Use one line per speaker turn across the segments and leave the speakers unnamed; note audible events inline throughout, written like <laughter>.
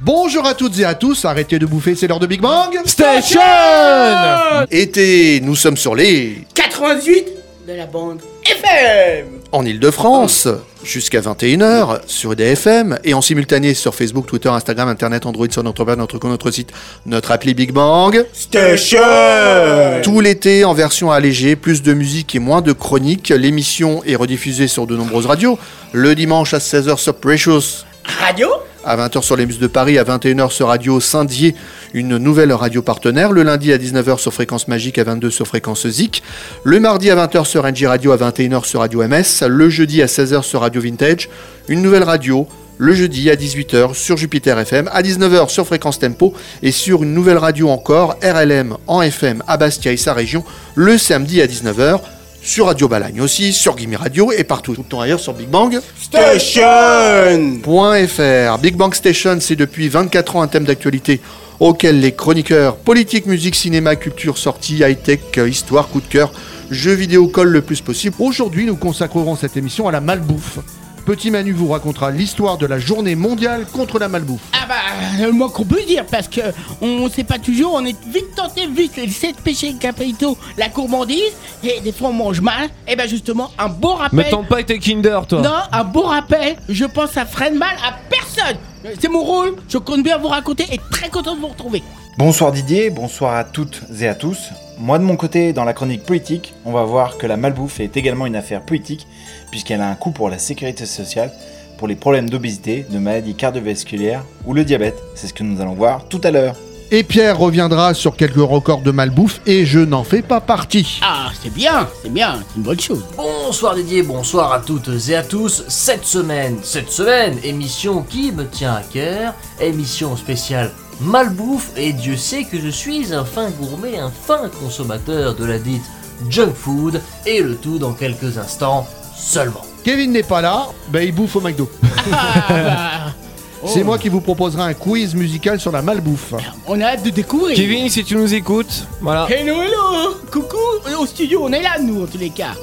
Bonjour à toutes et à tous, arrêtez de bouffer, c'est l'heure de Big Bang
Station
Été, nous sommes sur les
88 de la bande FM
en Ile-de-France jusqu'à 21h sur E DFM et en simultané sur Facebook, Twitter, Instagram, Internet, Android, sur notre page, notre compte, notre site, notre appli Big Bang.
Station
Tout l'été en version allégée, plus de musique et moins de chroniques. L'émission est rediffusée sur de nombreuses radios. Le dimanche à 16h sur Precious,
Radio
à 20h sur les Muses de Paris, à 21h sur Radio Saint-Dié, une nouvelle radio partenaire, le lundi à 19h sur Fréquence Magique, à 22h sur Fréquence Zik, le mardi à 20h sur NG Radio, à 21h sur Radio MS, le jeudi à 16h sur Radio Vintage, une nouvelle radio, le jeudi à 18h sur Jupiter FM, à 19h sur Fréquence Tempo et sur une nouvelle radio encore, RLM en FM à Bastia et sa région, le samedi à 19h. Sur Radio Balagne aussi, sur Gimme Radio et partout tout le temps ailleurs sur Big Bang.
Station
.fr. Big Bang Station, c'est depuis 24 ans un thème d'actualité auquel les chroniqueurs politique, musique, cinéma, culture, sortie, high-tech, euh, histoire, coup de cœur, jeux vidéo collent le plus possible.
Aujourd'hui, nous consacrerons cette émission à la malbouffe. Petit Manu vous racontera l'histoire de la journée mondiale contre la malbouffe.
Ah bah, le moins qu'on peut dire, parce que on sait pas toujours, on est vite tenté, vite, le 7 péchés capitaux, la gourmandise, et des fois on mange mal, et bah justement, un beau rappel...
Mais t'en pas été Kinder, toi
Non, un beau rappel, je pense à Fred mal à personne C'est mon rôle, je compte bien vous raconter et très content de vous retrouver
Bonsoir Didier, bonsoir à toutes et à tous. Moi de mon côté, dans la chronique politique, on va voir que la malbouffe est également une affaire politique, puisqu'elle a un coût pour la sécurité sociale, pour les problèmes d'obésité, de maladies cardiovasculaires ou le diabète. C'est ce que nous allons voir tout à l'heure.
Et Pierre reviendra sur quelques records de malbouffe et je n'en fais pas partie.
Ah, c'est bien, c'est bien, c'est une bonne chose
Bonsoir Didier, bonsoir à toutes et à tous. Cette semaine, cette semaine, émission qui me tient à cœur, émission spéciale malbouffe, et Dieu sait que je suis un fin gourmet, un fin consommateur de la dite junk food, et le tout dans quelques instants seulement.
Kevin n'est pas là, bah il bouffe au McDo.
Ah bah,
<laughs> C'est
oh,
moi qui vous proposerai un quiz musical sur la malbouffe.
On a hâte de découvrir
Kevin, si tu nous écoutes, voilà.
Hello, hello Coucou On est Au studio, on est là, nous, en tous les cas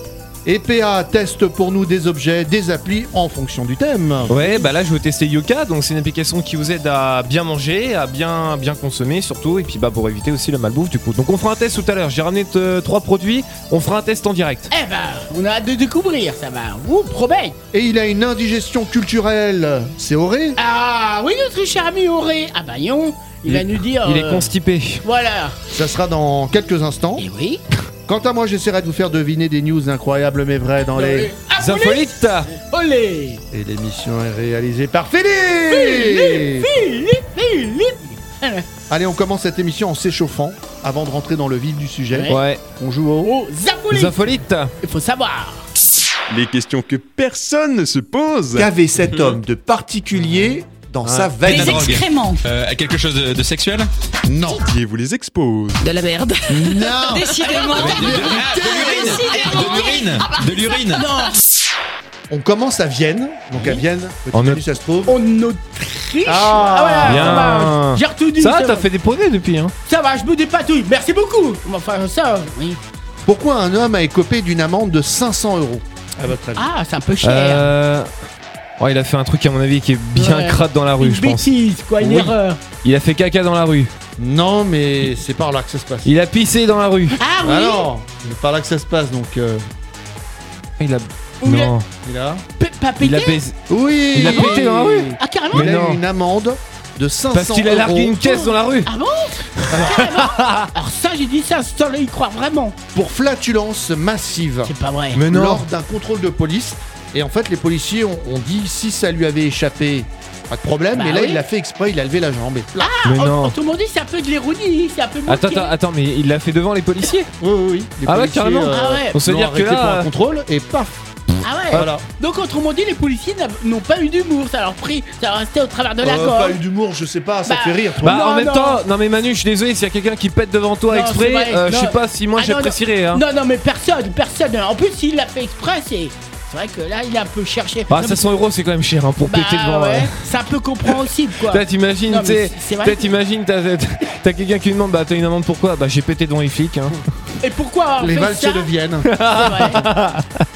Et PA teste pour nous des objets, des applis en fonction du thème.
Ouais, bah là je vais tester Yoka, donc c'est une application qui vous aide à bien manger, à bien, bien consommer surtout, et puis bah pour éviter aussi la malbouffe du coup. Donc on fera un test tout à l'heure, j'ai ramené euh, trois produits, on fera un test en direct.
Eh ben, on a hâte de découvrir, ça va Ouh, promet
Et il a une indigestion culturelle. C'est horrible
Ah oui, notre cher ami Auré Ah bah non, il,
Il-
va nous dire...
Il est
euh,
constipé.
Voilà
Ça sera dans quelques instants.
Eh
Et oui
Quant à moi, j'essaierai de vous faire deviner des news incroyables mais vraies dans les...
Ah, olé,
Zafolite
Olé
Et l'émission est réalisée par Philippe
Philippe, Philippe <laughs>
Allez, on commence cette émission en s'échauffant, avant de rentrer dans le vif du sujet.
Ouais.
On joue au...
Oh, Zafolite
Zafolite
Il faut savoir
Les questions que personne ne se pose.
qu'avait cet homme de particulier dans sa
Des
valise
excréments.
Euh, à quelque chose de, de sexuel
Non. Qui vous les expose.
De la merde.
Non
<laughs>
Ah,
Décidément.
Ah,
De l'urine
bah,
De l'urine
On commence à Vienne. Donc à Vienne,
En
petit à petit, ça se trouve.
En Autriche
Ah,
voilà,
bien.
ça va. J'ai retenu
Ça,
va.
t'as fait des progrès depuis, hein
Ça va, je me dépatouille Merci beaucoup Enfin, ça, oui
Pourquoi un homme a écopé d'une amende de 500 euros À votre avis
Ah, c'est un peu cher
Euh... Ouais, il a fait un truc à mon avis qui est bien
Ouais.
crade dans la rue,
Une
je pense.
bêtise, quoi, une
Oui.
erreur
Il a fait caca dans la rue.
Non, mais c'est par là que ça se passe.
Il a pissé dans la rue.
Ah oui
Ah non C'est par là que ça se passe, donc... euh,
Il a.
Ou il a-
Non.
Il a...
Pe- Pas
Il a
pété
baisé.
Oui
Il a pété dans la rue.
Ah, carrément
Mais
Il a
non.
eu une amende de 500
Parce qu'il a
euros
largué une caisse dans la rue.
Ah bon Carrément Alors ça, j'ai dit ça, sans le y croire vraiment
pour flatulence massive.
C'est pas vrai
Mais non.
lors d'un contrôle de police. Et en fait, les policiers ont, ont dit si ça lui avait échappé, pas de problème.
Bah
mais là,
oui.
il l'a fait exprès, il a levé la jambe. Et plac.
Mais
Oh,
non.
Tout le monde dit c'est un peu de l'ironie, c'est un peu
Attends,
moqué.
attends, attends, mais il l'a fait devant les policiers
oui, oui, oui. Les
Ah ouais,
policiers,
carrément.
euh,
Ah ouais
On se
l'ont
dire que
arrêté pour
là.
un contrôle et paf
Ah ouais
Voilà.
Donc autrement dit, les policiers n'a- n'ont pas eu d'humour, ça leur pris, ça leur restait au travers de la
Euh,
gorge.
pas eu d'humour, je sais pas, ça
Bah,
fait rire. toi.
Bah
Non,
en même
non.
temps, non mais Manu, je suis désolé, s'il y a quelqu'un qui pète devant toi
Non,
exprès,
c'est vrai,
euh, je
non.
sais pas si moi
Ah, non, non.
j'apprécierais. Hein.
Non, non, mais personne, personne. En plus, s'il l'a fait exprès, c'est. C'est vrai que là, il a un peu cherché.
Ah,
Non,
500 euros, c'est quand même cher hein, pour
bah,
péter devant.
ouais,
euh,
C'est un peu compréhensible, quoi.
Peut-être imagine,
Non,
tu
mais
sais.
c'est- c'est vrai.
Peut-être imagine, t'as t'as quelqu'un qui demande, bah t'as une amende pourquoi Bah j'ai pété devant les flics. Hein.
Et pourquoi avoir
Les
fait
valses
ça
de Vienne.
c'est vrai.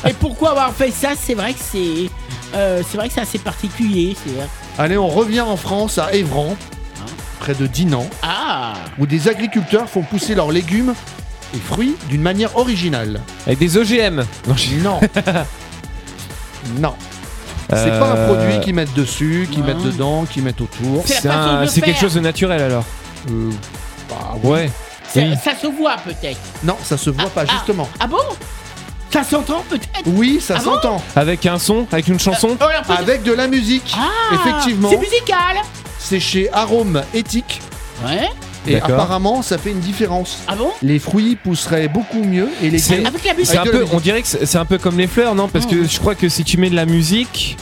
Et pourquoi avoir fait ça C'est vrai que c'est. euh, c'est vrai que c'est assez particulier. c'est-
Allez, on revient en France à Évran, près de Dinan,
Ah
où des agriculteurs font pousser leurs légumes et fruits d'une manière originale.
Avec des OGM. Non, je-
Non. non. C'est
Euh,
pas un produit qu'ils mettent dessus, qu'ils
non.
mettent dedans, qu'ils mettent autour.
Hein. C'est la
c'est
façon
un-
de le
c'est quelque
faire.
chose de naturel alors.
Euh, bah,
Ouais.
C'est-
Oui.
Ça se voit peut-être.
Non, ça se voit pas, justement.
Ah bon Ça s'entend peut-être
Oui, ça
Ah bon
s'entend. Euh,
Avec un son, avec une chanson.
Oh, alors, peut-
Avec de la musique.
Ah,
Effectivement,
C'est musical
c'est chez Arôme Éthique.
Ouais
Et
D'accord.
apparemment, ça fait une différence.
Ah bon
Les fruits pousseraient beaucoup mieux et les
C'est-
Avec la musique
C'est un
de la
peu,
musique.
on dirait que c'est c'est un peu comme les fleurs, non Parce que je crois que si tu mets de la musique,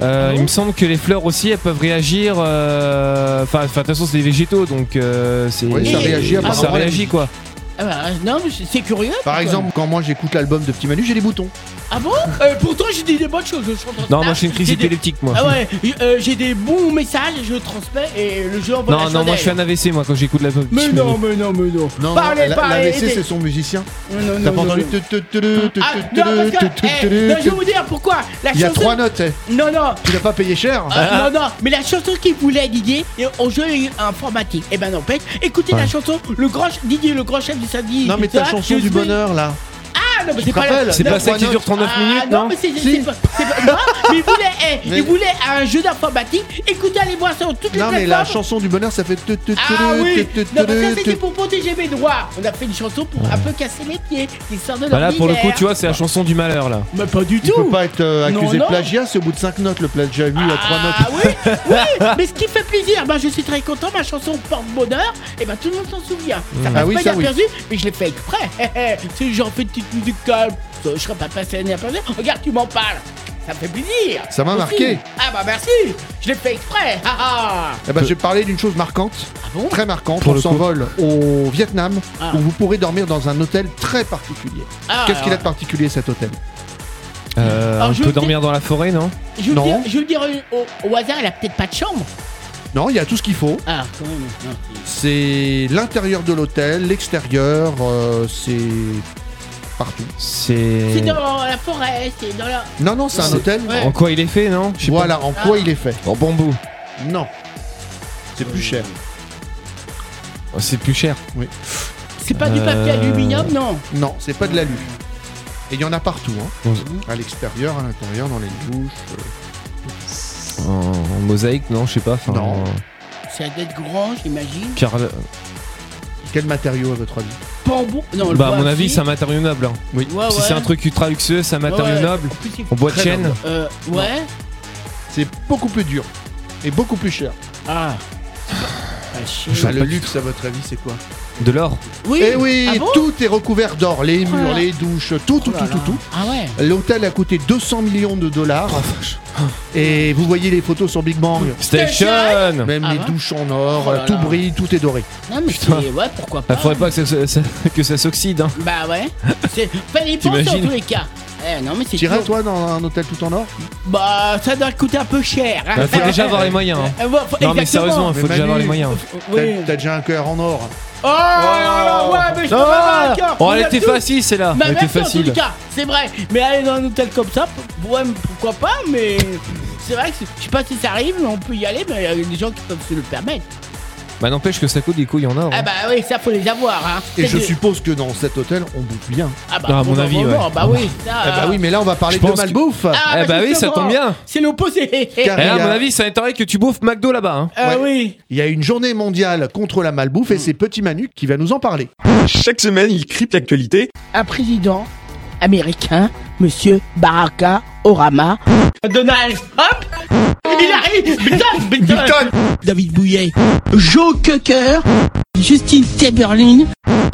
Ah
euh, il me semble que les fleurs aussi, elles peuvent réagir. euh, Enfin, enfin, de toute façon, c'est des végétaux, donc euh, c'est.
Oui,
ça réagit
ça
apparemment à la
réagit
musique.
quoi.
Ah bah, Non, mais c'est- c'est curieux.
Par
quoi.
exemple, quand moi j'écoute l'album de Petit Manu, j'ai des boutons.
Ah bon Euh, Pourtant, j'ai dit des bonnes choses. Je suis en train de
Non,
faire.
moi, je suis une crise
J'ai des-
épileptique, moi.
Ah ouais, j- euh, j'ai des bons messages, je transmets et le jeu envoie la
Non, non, moi,
chandelle.
je suis un AVC, moi, quand j'écoute la.
Mais non, mais non, mais non.
Non,
Parlez,
la-
parlez,
l'AVC,
aidez.
c'est son musicien.
Non, non,
T'as
non,
pas
non,
entendu
non.
tu- tu- tu- tu- tu-
Ah,
tu-
non, parce que,
tu- tu-
eh,
tu-
non, je vais
tu-
vous dire pourquoi la
Il y a
chanson-
trois notes. eh.
Non,
<laughs>
non,
Tu l'as pas payé cher
euh,
Ah.
non, non, mais la chanson qu'il voulait Didier, et on jeu informatique. Eh ben n'empêche, écoutez la chanson, le grand ch- Didier, le grand chef du samedi.
Non, mais ta
soir,
chanson
je
du
suis-
bonheur là.
Ah non, mais
tu
c'est
te
pas la-
rappelles
C'est
Non,
pas celle
trois
qui
notes.
dure 39
Ah,
minutes,
non,
non
mais c'est c'est
Si.
pas, c'est pas- non, mais il voulait, eh,
Mais-
il voulait un jeu d'informatique. Écoutez, allez voir ça sur toutes les
Non,
plateformes.
mais la chanson du bonheur, ça fait. tu- tu- tu-
Ah oui
tu- tu-
Non mais ça
tu-
c'était pour protéger mes droits On a fait une chanson pour un peu casser les pieds L'histoire de
Bah là, pour le coup,
l'ordinaire.
tu vois, c'est la chanson du malheur là.
Mais pas du
Il
tout
peut pas être euh,
Non,
accusé de
non.
plagiat, c'est au bout de 5 notes le plagiat, lui, à 3
Ah
notes. <laughs>
oui, oui Mais ce qui fait plaisir, bah, je suis très content, ma chanson porte bonheur, et bah tout le monde s'en souvient. Ça passe
Ah oui,
pas
ça,
inaperçu, mais je l'ai fait exprès. <laughs> Hé, hé, si j'en fais une petite musique calme, ça, je serais pas passé inaperçu. Regarde, tu m'en parles ça me fait plaisir
Ça m'a
Aussi.
marqué.
Ah bah merci Je l'ai fait exprès Ah ah
Eh ben, je vais parler d'une chose marquante,
Ah bon
très marquante.
Pour
on
le coup.
s'envole au Vietnam
Ah.
où vous pourrez dormir dans un hôtel très particulier.
Ah,
Qu'est-ce qu'il a
alors,
de particulier cet hôtel
Euh,
Alors,
on
je
peut
dis-
dormir dans la forêt, non
Je veux
Non.
dire, je veux dire au, au hasard, elle a peut-être pas de chambre
Non, il y a tout ce qu'il faut.
Ah, quand même, non.
C'est l'intérieur de l'hôtel, l'extérieur, euh, c'est partout.
C'est
C'est.
dans la forêt, c'est dans la.
Non, non, c'est un
C'est-
hôtel.
Ouais.
En quoi il est fait, non Je sais pas.
Voilà, en quoi il est fait.
En bambou.
Non. C'est plus cher.
Oh, C'est plus cher.
C'est pas du papier
Euh,
aluminium, non
Non, c'est pas de l'alu. Et il y en a partout, hein. À l'extérieur, à l'intérieur, dans les douches. euh.
En, en mosaïque, non Je sais pas. enfin,
Non.
en
Ça doit être grand, j'imagine.
carrelage.
Quel matériau à votre avis
Pambon. Non, le
Bah, à
bois
mon avis,
aussi.
c'est un matériau noble. hein.
Ouais, ouais.
Si c'est un truc ultra luxueux, c'est un matériau
Ouais.
noble.
En plus, c'est-
En bois de
Très
chêne.
noble.
Euh, ouais.
C'est beaucoup plus dur. Et beaucoup plus cher.
Ah. Bah,
Ah, le luxe, à votre avis, c'est quoi
De l'or.
Oui.
Eh oui,
Ah bon
tout est recouvert d'or. Les
Oh là
murs,
là.
les douches, tout, tout, tout, tout, tout.
Ah ouais.
L'hôtel a coûté 200 millions de dollars.
Oh,
Et vous voyez les photos sur Big Bang.
Station
Même
Ah
les
ouais
douches en or,
Oh là
tout
là.
brille, tout est doré.
Non mais
Putain.
c'est ouais, pourquoi Bah, pas.
Ah, Faudrait pas que ça, <laughs> ça- que ça s'oxyde. hein.
Bah
<laughs>
ouais. C'est fallait y penser en
T'imagines
tous les cas. Eh non mais c'est
T'irais
toujours-
toi dans un hôtel tout en or
Bah ça doit coûter un peu cher. hein.
Bah, faut déjà avoir les moyens. hein.
Euh, <laughs> ouais, faut-
Non, mais
exactement.
sérieusement, faut
Mais
déjà avoir
Manu-
les moyens.
Oui.
T'as- T'as déjà un cœur en or.
Oh là là, ouais, mais je peux pas
Ah
avoir un cœur.
oh,
On
elle
a
était
tous-
facile, celle-là.
Ma
Elle était
mère, en tous les
facile.
cas, c'est vrai. Mais aller dans un hôtel comme ça, p- ouais, mais pourquoi pas, mais c'est vrai que c'est- je sais pas si ça arrive, mais on peut y aller, mais il y a des gens qui peuvent se le permettre.
Bah, n'empêche que ça coûte des couilles en or.
Ah
hein.
bah oui, ça faut les avoir, hein.
Et
C'est
je
du-
suppose que dans cet hôtel, on bouffe bien.
Ah bah,
Non, à mon
bon,
avis,
bon,
ouais.
bon, Bah oui, ça.
Ah bah oui, mais là, on va parler
Je
de
pense que-
malbouffe.
Ah
Eh bah oui, ça
justement,
tombe bien.
C'est l'opposé.
Car
Eh, à
il y a-
mon avis, ça intérêt que tu bouffes McDo là-bas. hein.
Ah
Ouais.
oui. Mm.
Il y a une journée mondiale contre la malbouffe et c'est Petit Manu qui va nous en parler.
Chaque semaine, il crypte l'actualité.
Un président américain, monsieur Baraka Orama. Donald Hop Hillary Clinton, David Bouillet. Joe Cocker. Justin Timberlin.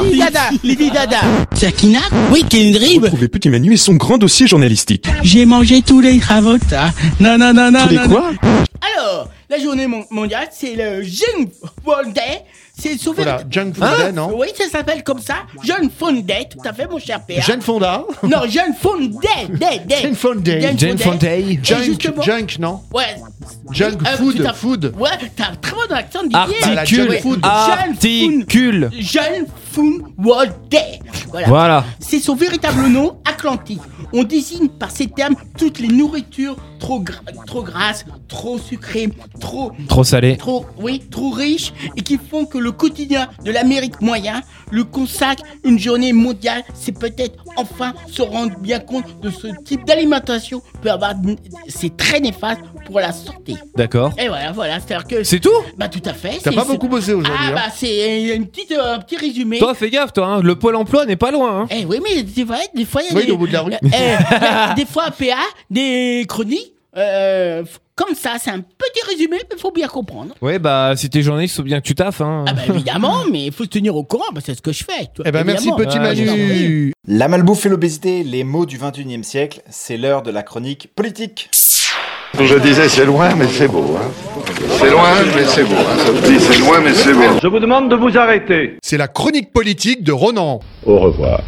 Lady Gaga, Lady Gaga. Sakina, oui, Kendrick.
Trouvez Petit Manu et son grand dossier journalistique.
J'ai mangé tous les ravotas. Non, non, non, non.
Tous les
non,
quoi
non. Alors, la journée mon- mondiale, c'est le Jeune World Day. C'est sauver.
Voilà, Junk Food
Hein
Day, non
Oui, ça s'appelle comme ça. Jeune Fond Day, tout à fait, mon cher père.
Jane Fonda
Non, Jeune Fond Day, Day, Day.
Jane Fonda
Jane Fonday.
Et
Junk,
justement-
junk, non
Ouais.
Junk
Euh, tu
food,
t'as-
food
Ouais, t'as un très bon accent d'idée.
la junk
Articule,
food.
articule.
Jeune Fun World Day. Voilà.
Voilà.
C'est son véritable nom, Atlantique. On désigne par ces termes toutes les nourritures trop, gra- trop grasses, trop sucrées, trop,
Trop salé.
trop, oui, trop riches et qui font que le quotidien de l'Amérique moyen le consacre une journée mondiale. C'est peut-être enfin se rendre bien compte de ce type d'alimentation peut avoir. C'est très néfaste pour la santé.
D'accord.
Et voilà, voilà. C'est-à-dire que.
C'est tout
Bah tout à fait.
T'as
c'est-
pas
c'est-
beaucoup bossé aujourd'hui.
Ah
hein.
bah c'est une petite, euh, un petit résumé.
Toi, fais gaffe, toi. hein, Le pôle emploi n'est pas loin. hein.
Eh oui, mais c'est vrai, des fois, il y a
Oui,
des...
au bout de la rue.
Eh, il y a des fois, un PA, des chroniques, euh, f- comme ça, c'est un petit résumé, mais faut bien comprendre.
Ouais, bah, si t'es journaliste, faut bien que tu taffes. Hein.
<laughs>
Ah bah évidemment, mais il faut se tenir au courant, bah, c'est ce que je fais. tu vois,
Eh ben merci
évidemment. hein,
petit
Ah,
je t'en prie.
Manu.
La malbouffe et l'obésité, les mots du 21e siècle, c'est l'heure de la chronique politique.
Je disais c'est loin mais c'est beau. hein. C'est loin mais c'est beau. hein. Ça vous dit, c'est loin mais c'est beau.
C'est la chronique politique de Ronan.
Au revoir.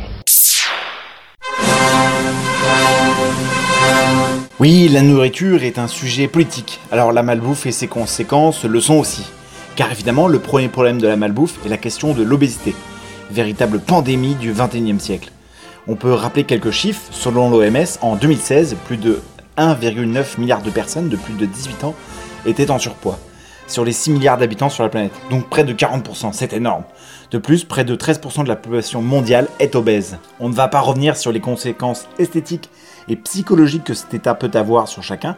Oui, la nourriture est un sujet politique. Alors la malbouffe et ses conséquences le sont aussi. Car évidemment, le premier problème de la malbouffe est la question de l'obésité, véritable pandémie du 21e siècle. On peut rappeler quelques chiffres. Selon l'OMS, en 2016, plus de 1,9 milliard de personnes de plus de 18 ans étaient en surpoids, sur les 6 milliards d'habitants sur la planète. Donc près de 40%, c'est énorme. De plus, près de 13% de la population mondiale est obèse. On ne va pas revenir sur les conséquences esthétiques et psychologiques que cet état peut avoir sur chacun,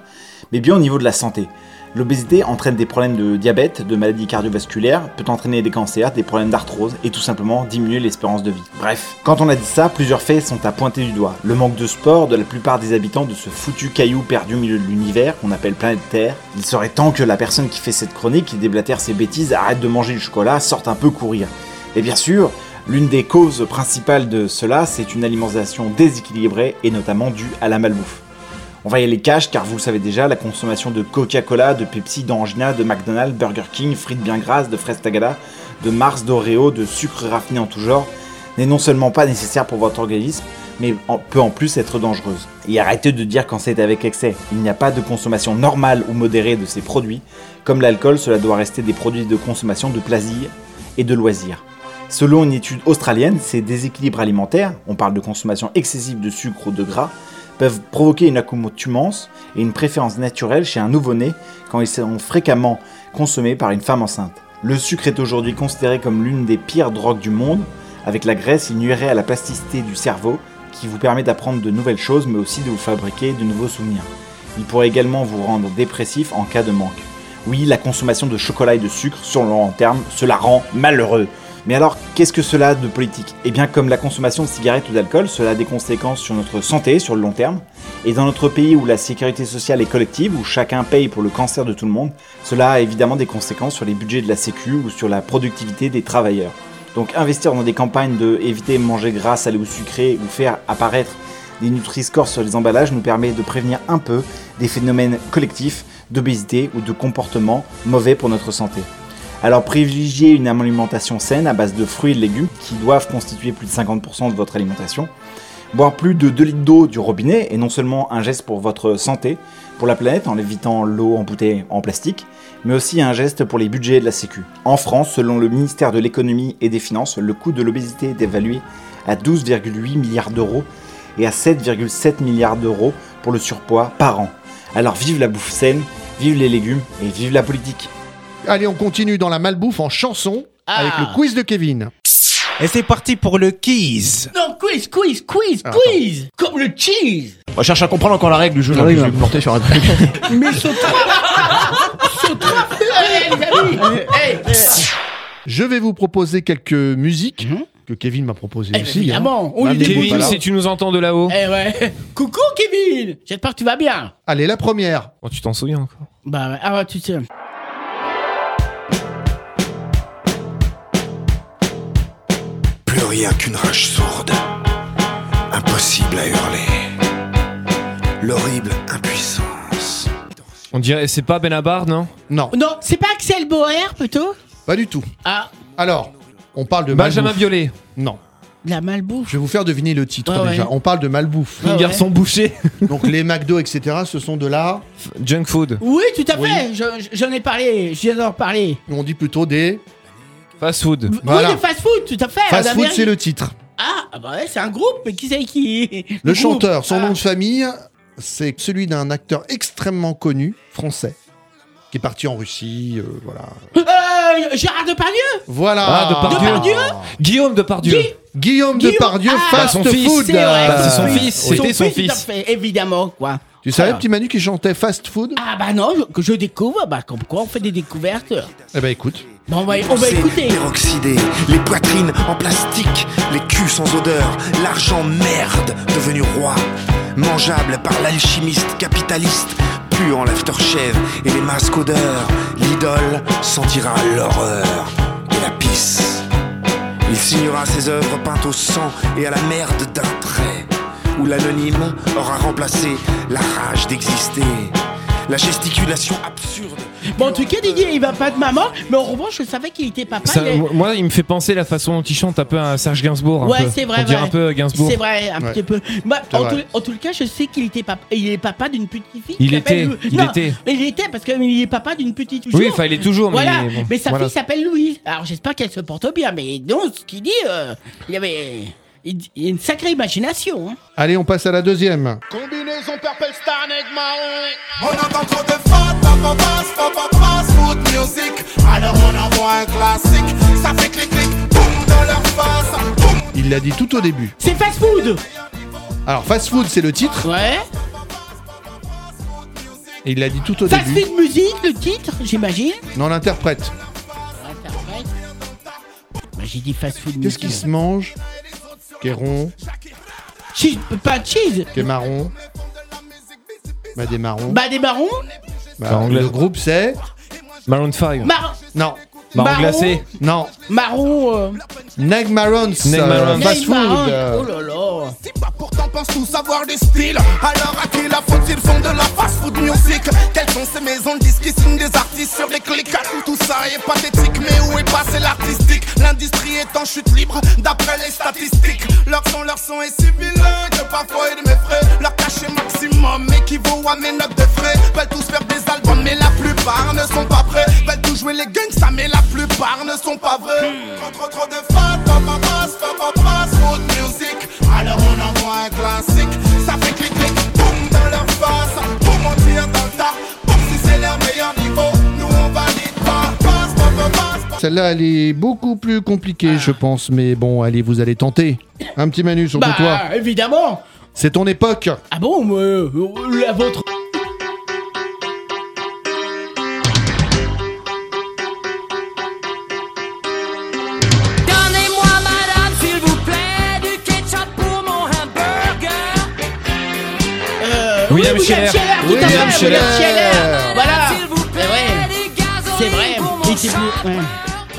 mais bien au niveau de la santé. L'obésité entraîne des problèmes de diabète, de maladies cardiovasculaires, peut entraîner des cancers, des problèmes d'arthrose et tout simplement diminuer l'espérance de vie. Bref, quand on a dit ça, plusieurs faits sont à pointer du doigt. Le manque de sport de la plupart des habitants de ce foutu caillou perdu au milieu de l'univers qu'on appelle planète Terre. Il serait temps que la personne qui fait cette chronique, qui déblatère ses bêtises, arrête de manger du chocolat, sorte un peu courir. Et bien sûr, l'une des causes principales de cela, c'est une alimentation déséquilibrée et notamment due à la malbouffe. On va y aller cash car vous le savez déjà, la consommation de Coca-Cola, de Pepsi, d'Angina, de McDonald's, Burger King, frites bien grasses, de fraises tagada, de Mars, d'Oreo, de sucre raffiné en tout genre, n'est non seulement pas nécessaire pour votre organisme, mais en- peut en plus être dangereuse. Et arrêtez de dire quand c'est avec excès. Il n'y a pas de consommation normale ou modérée de ces produits. Comme l'alcool, cela doit rester des produits de consommation de plaisir et de loisirs. Selon une étude australienne, ces déséquilibres alimentaires, on parle de consommation excessive de sucre ou de gras, peuvent provoquer une accoutumance et une préférence naturelle chez un nouveau-né quand ils sont fréquemment consommés par une femme enceinte. Le sucre est aujourd'hui considéré comme l'une des pires drogues du monde. Avec la graisse, il nuirait à la plasticité du cerveau qui vous permet d'apprendre de nouvelles choses mais aussi de vous fabriquer de nouveaux souvenirs. Il pourrait également vous rendre dépressif en cas de manque. Oui, la consommation de chocolat et de sucre, sur le long terme, cela rend malheureux. Mais alors, qu'est-ce que cela a de politique Eh bien, comme la consommation de cigarettes ou d'alcool, cela a des conséquences sur notre santé sur le long terme. Et dans notre pays où la sécurité sociale est collective, où chacun paye pour le cancer de tout le monde, cela a évidemment des conséquences sur les budgets de la Sécu ou sur la productivité des travailleurs. Donc investir dans des campagnes de éviter de manger gras, salé ou sucré ou faire apparaître des Nutri-Score sur les emballages nous permet de prévenir un peu des phénomènes collectifs d'obésité ou de comportements mauvais pour notre santé. Alors privilégiez une alimentation saine à base de fruits et de légumes qui doivent constituer plus de 50% de votre alimentation. Boire plus de 2 litres d'eau du robinet est non seulement un geste pour votre santé, pour la planète en évitant l'eau embouteillée en plastique, mais aussi un geste pour les budgets de la Sécu. En France, selon le ministère de l'économie et des finances, le coût de l'obésité est évalué à 12,8 milliards d'euros et à 7,7 milliards d'euros pour le surpoids par an. Alors vive la bouffe saine, vive les légumes et vive la politique.
Allez, on continue dans la malbouffe en chanson
Ah.
avec le quiz de Kevin.
Et c'est parti pour le quiz.
Non, quiz, quiz, quiz,
Ah,
quiz Comme le cheese
On cherche à comprendre encore la règle du jeu.
oui,
je vais me porter sur un truc.
Mais
<laughs>
ce Ce Allez, les amis Ah, Eh, eh,
Je vais vous proposer quelques musiques
Mhm.
que Kevin m'a proposées
eh,
aussi. hein.
Évidemment, on lui
Même des
dégoûte.
Kevin,
voilà.
si tu nous entends de là-haut.
Eh ouais Coucou, Kevin J'espère que tu vas bien
Allez, la première.
Oh, tu t'en souviens encore.
Bah ouais, ah ouais, tu sais.
de rien qu'une rage sourde. Impossible à hurler. L'horrible impuissance.
On dirait, c'est pas Benabar, non
Non.
Non, c'est pas Axel Bauer plutôt
Pas du tout.
Ah.
Alors, on parle de
Benjamin
malbouffe.
Biolay.
Non.
La malbouffe.
Je vais vous faire deviner le titre
Ah ouais.
déjà. On parle de malbouffe.
Ah Les ouais. garçons
bouchés. <laughs>
Donc les McDo, etc., ce sont de la.
Junk food.
Oui, tout à fait. je- J'en ai parlé. J'adore parler.
On dit plutôt des.
Fast food.
Voilà.
Oui, des fast food, tout à fait.
Fast
en
food,
Amérique.
c'est le titre.
Ah, ah bah ouais, c'est un groupe. Mais qui c'est qui
Le
groupe. Ah.
chanteur, son nom de famille, c'est celui d'un acteur extrêmement connu, français, qui est parti en Russie, euh, voilà.
Euh, Gérard Depardieu
Voilà.
Ah, Depardieu. Guillaume Depardieu.
Guillaume Depardieu,
Ah,
fast
son fils.
food.
C'est vrai,
Bah, c'est son
oui.
fils, c'était son fils.
tout à fait, évidemment, quoi.
Tu savais,
Alors.
petit Manu, qu'il chantait fast food
Ah bah non, je- que je découvre, bah comme quoi on fait des découvertes.
Eh ben écoute.
Bon, on va, on va
Pensez
écouter.
les Peroxydés, les poitrines en plastique, les culs sans odeur, l'argent merde devenu roi, mangeable par l'alchimiste capitaliste, puant l'aftershave et les masques odeurs, l'idole sentira l'horreur et la pisse. Il signera ses œuvres peintes au sang et à la merde d'un trait, où l'anonyme aura remplacé la rage d'exister, la gesticulation absurde.
Bon, en tout cas, Didier, il va pas de maman, mais en revanche, je savais qu'il était papa.
Ça-
il est-
moi, il me fait penser la façon dont il chante un peu à Serge Gainsbourg. un
Ouais,
peu.
c'est vrai.
On dirait
ouais.
un peu Gainsbourg.
C'est vrai, un
Ouais.
petit peu. Bah,
C'est
en, tout,
vrai.
en tout cas, je sais qu'il était papa. Il est papa d'une petite fille.
Il
qui s'appelle
était,
Lou-
il
Non,
était.
Il était parce qu'il est papa d'une petite.
Oui,
toujours.
enfin, il est toujours, mais
Voilà.
bon,
Mais sa
voilà.
fille s'appelle Louise. Alors j'espère qu'elle se porte bien. Mais non, ce qu'il dit, euh, il y avait, il il y a une sacrée imagination. hein.
Allez, on passe à la deuxième.
Combinaison Purple Star Neg Marron.
On entend trop de fat, papa bass, papa bass, food music. Alors on envoie un classique, ça fait clic clic, boum dans leur face.
Il l'a dit tout au début.
C'est fast food.
Alors, fast food, c'est le titre.
Ouais.
Et il l'a dit tout au
Fast
début.
food musique, le titre, j'imagine.
Non, l'interprète.
Bah, J'ai dit fast food.
Qu'est-ce qui se mange Qui est rond,
Cheese, pas de cheese.
qui est marron. Bah, des marrons.
Bah des marrons.
Bah, le groupe, c'est.
Maroon 5.
Mar-
non.
Marron Marron glacé.
Non.
Marron. euh,
Neg Marrons.
Neg
euh,
Marrons.
Fast
Neg
food.
Marrons.
euh,
Oh là là.
Si pas pourtant pense tous avoir des styles, alors à qui la faut-il font de la fast food music Quelles sont ces maisons de disques qui signent des artistes sur des clics à tout, tout ça est pathétique, mais où est passé l'artistique L'industrie est en chute libre, d'après les statistiques. Leur son, leur son est si vilain que parfois ils m'effraient. Leur cachet maximum équivaut à mes notes de frais. Veulent tous faire des albums, mais la plupart ne sont pas prêts. Veulent tous jouer les gangsters, mais la plupart ne sont pas vrais.
Hmm.
Trop, trop, trop de fans, papa passe, papa passe, food music. Alors on envoie un classique, ça fait clic clic, boum dans leur face, boum on tire dans le tas. Boum si c'est leur meilleur niveau, nous on valide pas. Passe, papa passe,
Celle-là, elle est beaucoup plus compliquée, je pense. Mais bon, allez, vous allez tenter. Un petit Manu, surtout
Bah
toi.
évidemment.
C'est ton époque.
Ah bon, mais, euh, la vôtre.
Donnez-moi, madame, s'il vous plaît, du ketchup pour mon hamburger.
Euh,
William Scheller.
tout à
William
fait,
Scheller.
William
Euh,
Scheller. Voilà. Eh
S'il vous plaît, du gazon
C'est vrai.
pour
Il
mon
était
chat.
bleu, ouais.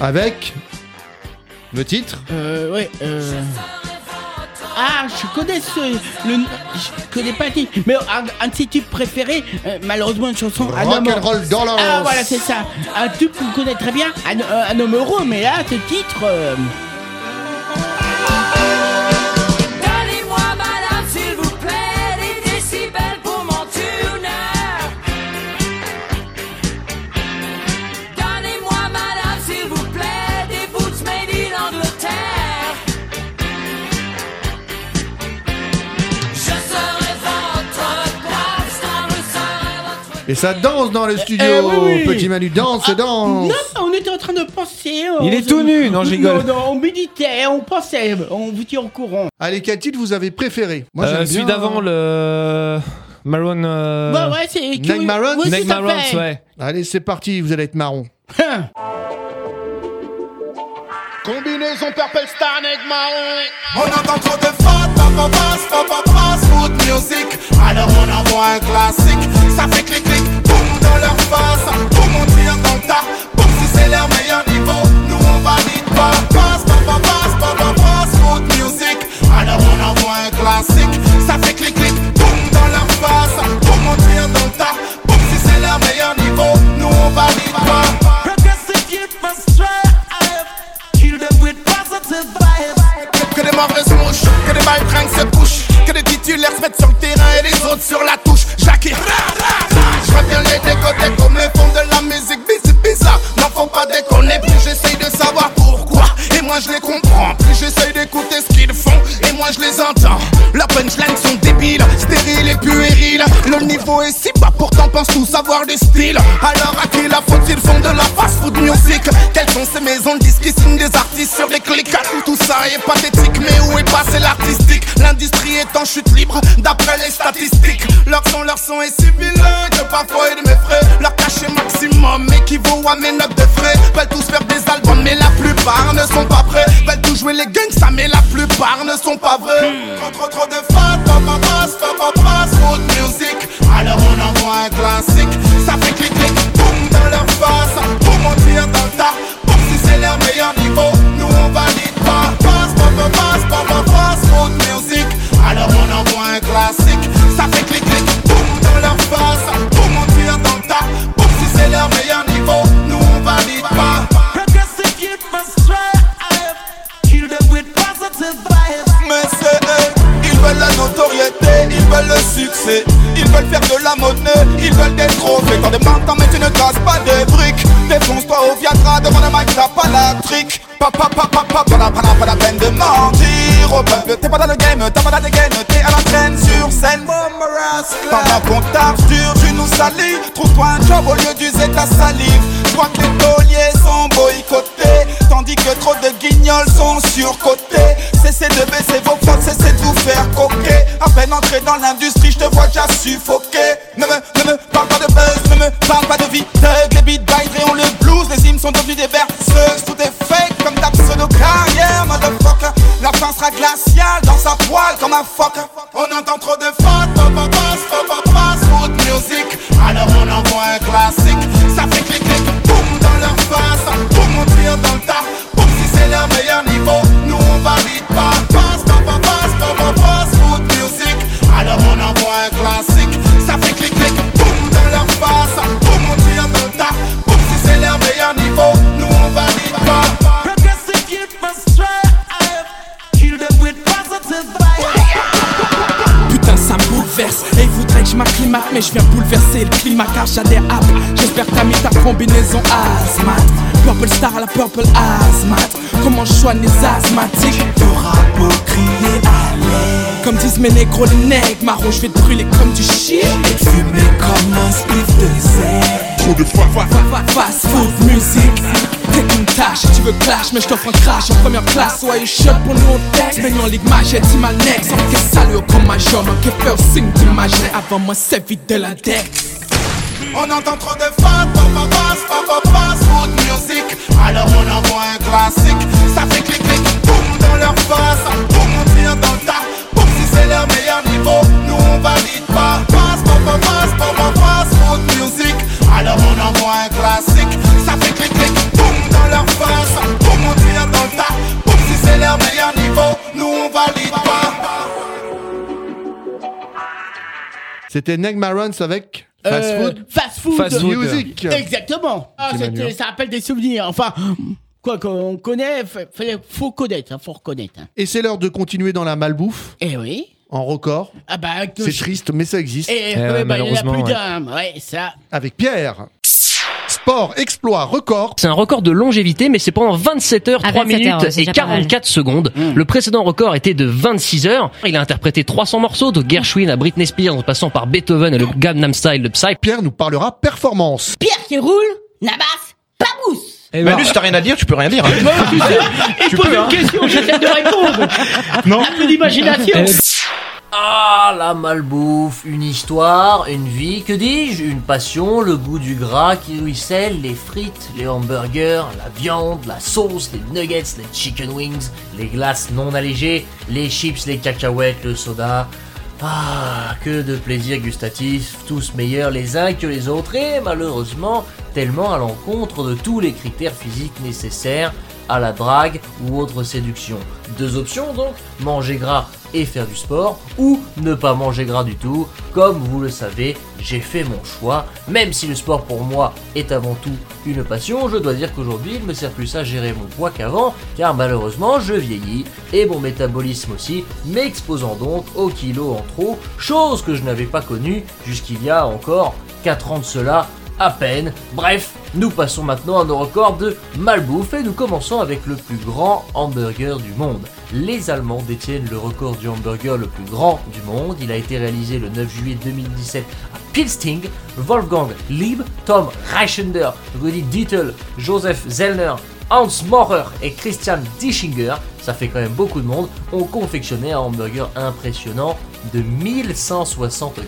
Avec le titre.
Euh, ouais. Euh... Ah, je connais ce. Le... Je connais pas le titre. Mais un, un de ses tubes préférés, euh, malheureusement, une chanson. un homme-
Rock'n'Roll Dollars.
Ah, voilà, c'est ça. Un tube qu'on connaît très bien. Un, euh, un homme heureux, mais là, ce titre. euh,
Donnez-moi, madame, s'il vous plaît, des décibels pour mon tuner. Donnez-moi, madame, s'il vous plaît, des boots made in Angleterre. Je serai votre brave star, je serai votre...
Et ça danse dans le studio.
eh oui, Ah, oui.
Petit Manu, danse, danse.
Non, on était en train de penser. euh,
Il est
on-
tout nu, non, je rigole.
Non, non, on méditait, on pensait, on vous tient au courant.
Allez, quel titre vous avez préféré
Euh,
j'aime
celui
bien-
d'avant, le. Maroon. euh,
Bah ouais, c'est.
Neg Marrons.
Oui, tout à fait.
Allez, c'est parti, vous allez être marron.
Combinaison Purple Star Neg Marron.
On entend trop de fat, papa bass, papa bass, food music. Alors on envoie un classique, ça fait clic clic, boum dans leur face, boum on tire dans le tas, boum si c'est leur meilleur niveau, nous on valide pas. Passe, papa bass, papa bass, pourtant pensent tous avoir des styles. Alors à qui la faute ils font de la fast food music Quelles sont ces maisons de disques qui signent des artistes sur des clics à tout, tout ça est pathétique. Mais où est passé l'artistique L'industrie est en chute libre d'après les statistiques. Leur son, leur son est si vilain que parfois ils m'effraient. Leur cachet maximum équivaut à mes notes de frais. Veulent tous faire des albums, mais la plupart ne sont pas prêts. Veulent tous jouer les gangsters, mais la plupart ne sont pas vrais. Trop, trop, trop de fans, pop, pop, passe, pop, pop, passe, food music. Alors on envoie un classique, ça fait clic, clic, boum dans leur face. Pour mentir dans le tas, boum si c'est leur meilleur niveau, nous on valide pas. Passe, pop, pop, passe, pop, pop, passe, food music. Alors on envoie un classique, ça fait clic, clic, boum dans leur face. Pour mentir dans le tas, boum si c'est leur meilleur niveau, nous on valide pas.
Prosecute my strife. Kill them with positive vibes.
Mais c'est eux, ils veulent la notoriété, ils veulent le succès, ils veulent faire de la monnaie, ils veulent des trophées. T'en demandes, t'en mets, tu ne casses pas des briques. Défonce-toi au Viagra devant la mic, t'as pas la trick. Papa, papa, papa, pas la, pas la peine de mentir au peuple. T'es pas dans le game, t'as pas la dégaine, t'es à la traîne sur scène. Dans la comptable dure, tu nous salis. Trouve-toi un job au lieu d'user ta salive. Je crois que les tauliers sont boycottés, tandis que trop de guignols sont surcotés. Cessez de baisser vos potes, cessez de vous faire coquer. À peine entré dans l'industrie, je te vois déjà suffoqué. Ne me, ne me parle pas de buzz, ne me parle pas de vie thug. Les beat biders ont le blues, les hymnes sont devenus des verseuses. Tout est fake comme ta pseudo-carrière, motherfucker. La fin sera glaciale dans sa poêle comme un fuck. On entend trop de fuck, pop, pop, passe, pop, pop, passe, food music. Alors on envoie un classique, ça fait clic, clic, boum dans leur face. Boum, on tire dans le tas, boum, si c'est leur meilleur niveau. Nous on valide pas, passe, pop, pop, passe, pop, pop, passe, food music. Alors on envoie un classique, ça fait clic, clic, boum dans leur face. Boum, on tire dans le tas, boum, si c'est leur meilleur niveau. Nous on valide pas.
Prosecute my strife. Kill them with positive vibes.
Putain, ça me bouleverse. Et ils voudraient que je m'acclimate, mais je viens bouleverser le climat car j'adhère à. J'espère que t'as mis ta combinaison asthmate. Purple Star à la Purple Asthmate. Comment je soigne les asthmatiques T'auras beau crier allez. Comme disent mes négros, les nègres marrons, je vais te brûler comme du shit. Et te fumer comme un spiff de zèle. Trop de Fast food, musique. T'es qu'une tâche, tu veux clash, mais je t'offre un crash en première classe. Soyez you shot pour nous au texte. Venu en ligue majeure, dis ma next. En fait, salut oh, comme ma jambe, en fait, au signe d'imaginer. Avant moi, c'est vite de la deck.
On entend trop de fans, papa passe, papa passe, food music. Alors on envoie un classique, ça fait clic clic, boum dans leur face, boum on tire dans le tas, boum si c'est leur meilleur niveau, nous on valide pas. Passe, papa passe, papa passe, food music. Alors on envoie un classique, ça fait clic clic, boum dans leur face, boum on tire dans le tas, boum si c'est leur meilleur niveau, nous on valide pas.
C'était Neg Marons avec Fast
Euh,
Food.
Fast food.
Music.
Exactement. Ah,
Petit
c'était-
Manu.
ça rappelle des souvenirs. Enfin, quoi qu'on connaît, fa- fallait- faut connaître, hein, faut reconnaître. hein.
Et c'est l'heure de continuer dans la malbouffe.
Eh oui.
En record.
Ah bah, avec nos
C'est
ch-
triste, mais ça existe.
Et,
Eh
ouais, bah, il y en a plus d'un. Ouais, ça.
Avec Pierre. Sport, exploit, record.
C'est un record de longévité, mais c'est pendant 27 heures,
Ah,
3
27
minutes
heures, ouais, c'est
et
déjà pas mal.
44 secondes.
Mmh.
Le précédent record était de 26 heures. Il a interprété 300 morceaux, de Gershwin à Britney Spears, en passant par Beethoven et le Gangnam Style de Psy.
Pierre nous parlera performance. Eh ben.
Pierre qui roule, Nabas, pas mousse.
Manu, si t'as rien à dire, tu peux rien
<laughs>
dire.
Et
Tu pose peux, une hein. question,
j'essaie de
<laughs>
répondre.
Non.
Un peu d'imagination.
Ah, la malbouffe, une histoire, une vie, que dis-je Une passion, le goût du gras qui ruisselle, les frites, les hamburgers, la viande, la sauce, les nuggets, les chicken wings, les glaces non allégées, les chips, les cacahuètes, le soda. Ah, que de plaisirs gustatifs, tous meilleurs les uns que les autres et malheureusement tellement à l'encontre de tous les critères physiques nécessaires à la drague ou autre séduction. Deux options donc, manger gras et faire du sport, ou ne pas manger gras du tout. Comme vous le savez, j'ai fait mon choix. Même si le sport pour moi est avant tout une passion, je dois dire qu'aujourd'hui il me sert plus à gérer mon poids qu'avant, car malheureusement je vieillis, et mon métabolisme aussi, m'exposant donc aux kilos en trop, chose que je n'avais pas connue jusqu'il y a encore 4 ans de cela, à peine. Bref, nous passons maintenant à nos records de malbouffe et nous commençons avec le plus grand hamburger du monde. Les Allemands détiennent le record du hamburger le plus grand du monde. Il a été réalisé le 9 juillet 2017 à Pilsting, Wolfgang Lieb, Tom Reichender, Rudy Dietl, Joseph Zellner, Hans Maurer et Christian Dischinger, ça fait quand même beaucoup de monde, ont confectionné un hamburger impressionnant de 1164,2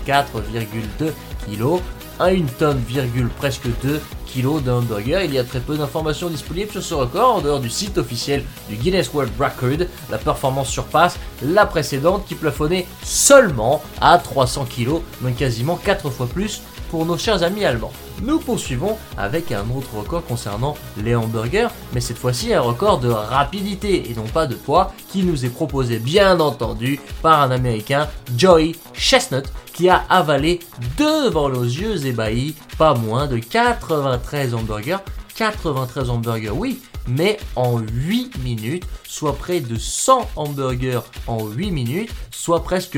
kg à une tonne, virgule, presque 2 kg de hamburger. Il y a très peu d'informations disponibles sur ce record en dehors du site officiel du Guinness World Record. La performance surpasse la précédente qui plafonnait seulement à 300 kg, donc quasiment 4 fois plus pour nos chers amis allemands. Nous poursuivons avec un autre record concernant les hamburgers, mais cette fois-ci un record de rapidité et non pas de poids qui nous est proposé bien entendu par un américain, Joey Chestnut, qui a avalé devant nos yeux ébahis pas moins de 93 hamburgers. 93 hamburgers, oui, mais en 8 minutes, soit près de 100 hamburgers en 8 minutes, soit presque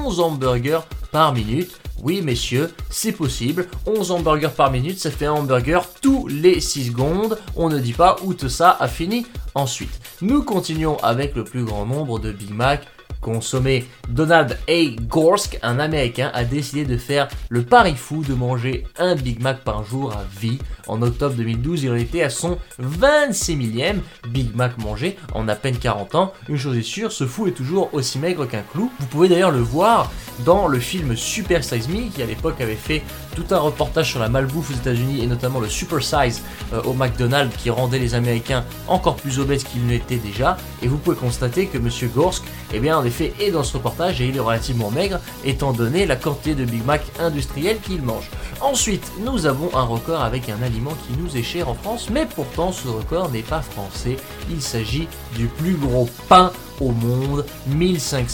11 hamburgers par minute. Oui, messieurs, c'est possible. 11 hamburgers par minute, ça fait un hamburger tous les 6 secondes. On ne dit pas où tout ça a fini ensuite. Nous continuons avec le plus grand nombre de Big Mac consommés. Donald A. Gorsk, un américain, a décidé de faire le pari fou de manger un Big Mac par jour à vie. En octobre 2012, il en était à son 26 millième Big Mac mangé en à peine 40 ans. Une chose est sûre, ce fou est toujours aussi maigre qu'un clou. Vous pouvez d'ailleurs le voir dans le film Super Size Me, qui à l'époque avait fait tout un reportage sur la malbouffe aux États-Unis et notamment le Super Size euh, au McDonald's qui rendait les Américains encore plus obèses qu'ils ne l'étaient déjà. Et vous pouvez constater que Monsieur Gorsk, eh bien, en effet, est dans ce reportage et il est relativement maigre, étant donné la quantité de Big Mac industriel qu'il mange. Ensuite, nous avons un record avec un aliment qui nous est cher en France, mais pourtant ce record n'est pas français. Il s'agit du plus gros pain au monde,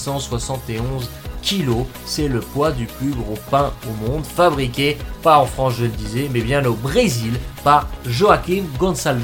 1571 kilos, c'est le poids du plus gros pain au monde, fabriqué, pas en France je le disais, mais bien au Brésil, par Joaquim Gonçalves.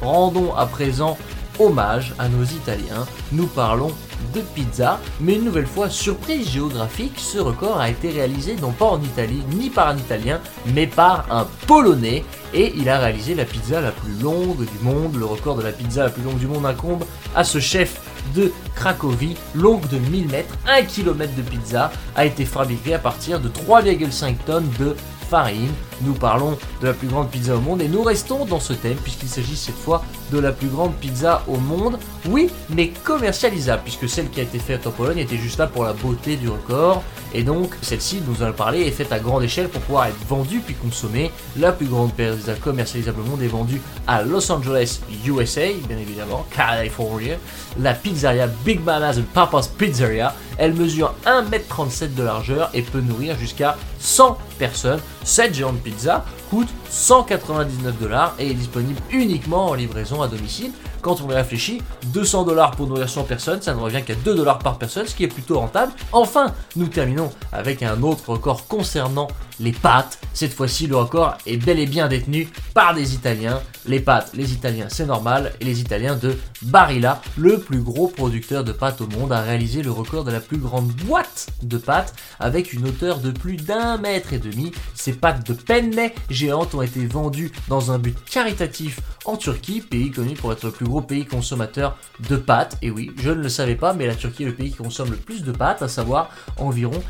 Rendons à présent hommage à nos Italiens, nous parlons de pizza, mais une nouvelle fois, surprise géographique, ce record a été réalisé non pas en Italie, ni par un Italien, mais par un Polonais, et il a réalisé la pizza la plus longue du monde, le record de la pizza la plus longue du monde incombe à ce chef de Cracovie, longue de 1000 mètres, 1 km de pizza, a été fabriquée à partir de 3,5 tonnes de farine. Nous parlons de la plus grande pizza au monde et nous restons dans ce thème puisqu'il s'agit cette fois de la plus grande pizza au monde. Oui, mais commercialisable puisque celle qui a été faite en Pologne était juste là pour la beauté du record et donc celle-ci, nous en a parlé, est faite à grande échelle pour pouvoir être vendue puis consommée. La plus grande pizza commercialisable au monde est vendue à Los Angeles, USA, bien évidemment, California. La pizzeria Big Mama's and Papa's Pizzeria, elle mesure 1m37 de largeur et peut nourrir jusqu'à 100 personnes. Cette géante pizza coûte 199 dollars et est disponible uniquement en livraison à domicile. Quand on y réfléchit, 200 dollars pour nourrir 100 personnes, ça ne revient qu'à 2 dollars par personne, ce qui est plutôt rentable. Enfin, nous terminons avec un autre record concernant les pâtes. Cette fois-ci, le record est bel et bien détenu par des Italiens. Les pâtes, les Italiens, c'est normal. Et les Italiens de Barilla, le plus gros producteur de pâtes au monde, a réalisé le record de la plus grande boîte de pâtes avec une hauteur de plus d'un mètre et demi. Ces pâtes de penne géantes ont été vendues dans un but caritatif en Turquie, pays connu pour être le plus gros pays consommateur de pâtes. Et oui, je ne le savais pas, mais la Turquie est le pays qui consomme le plus de pâtes, à savoir environ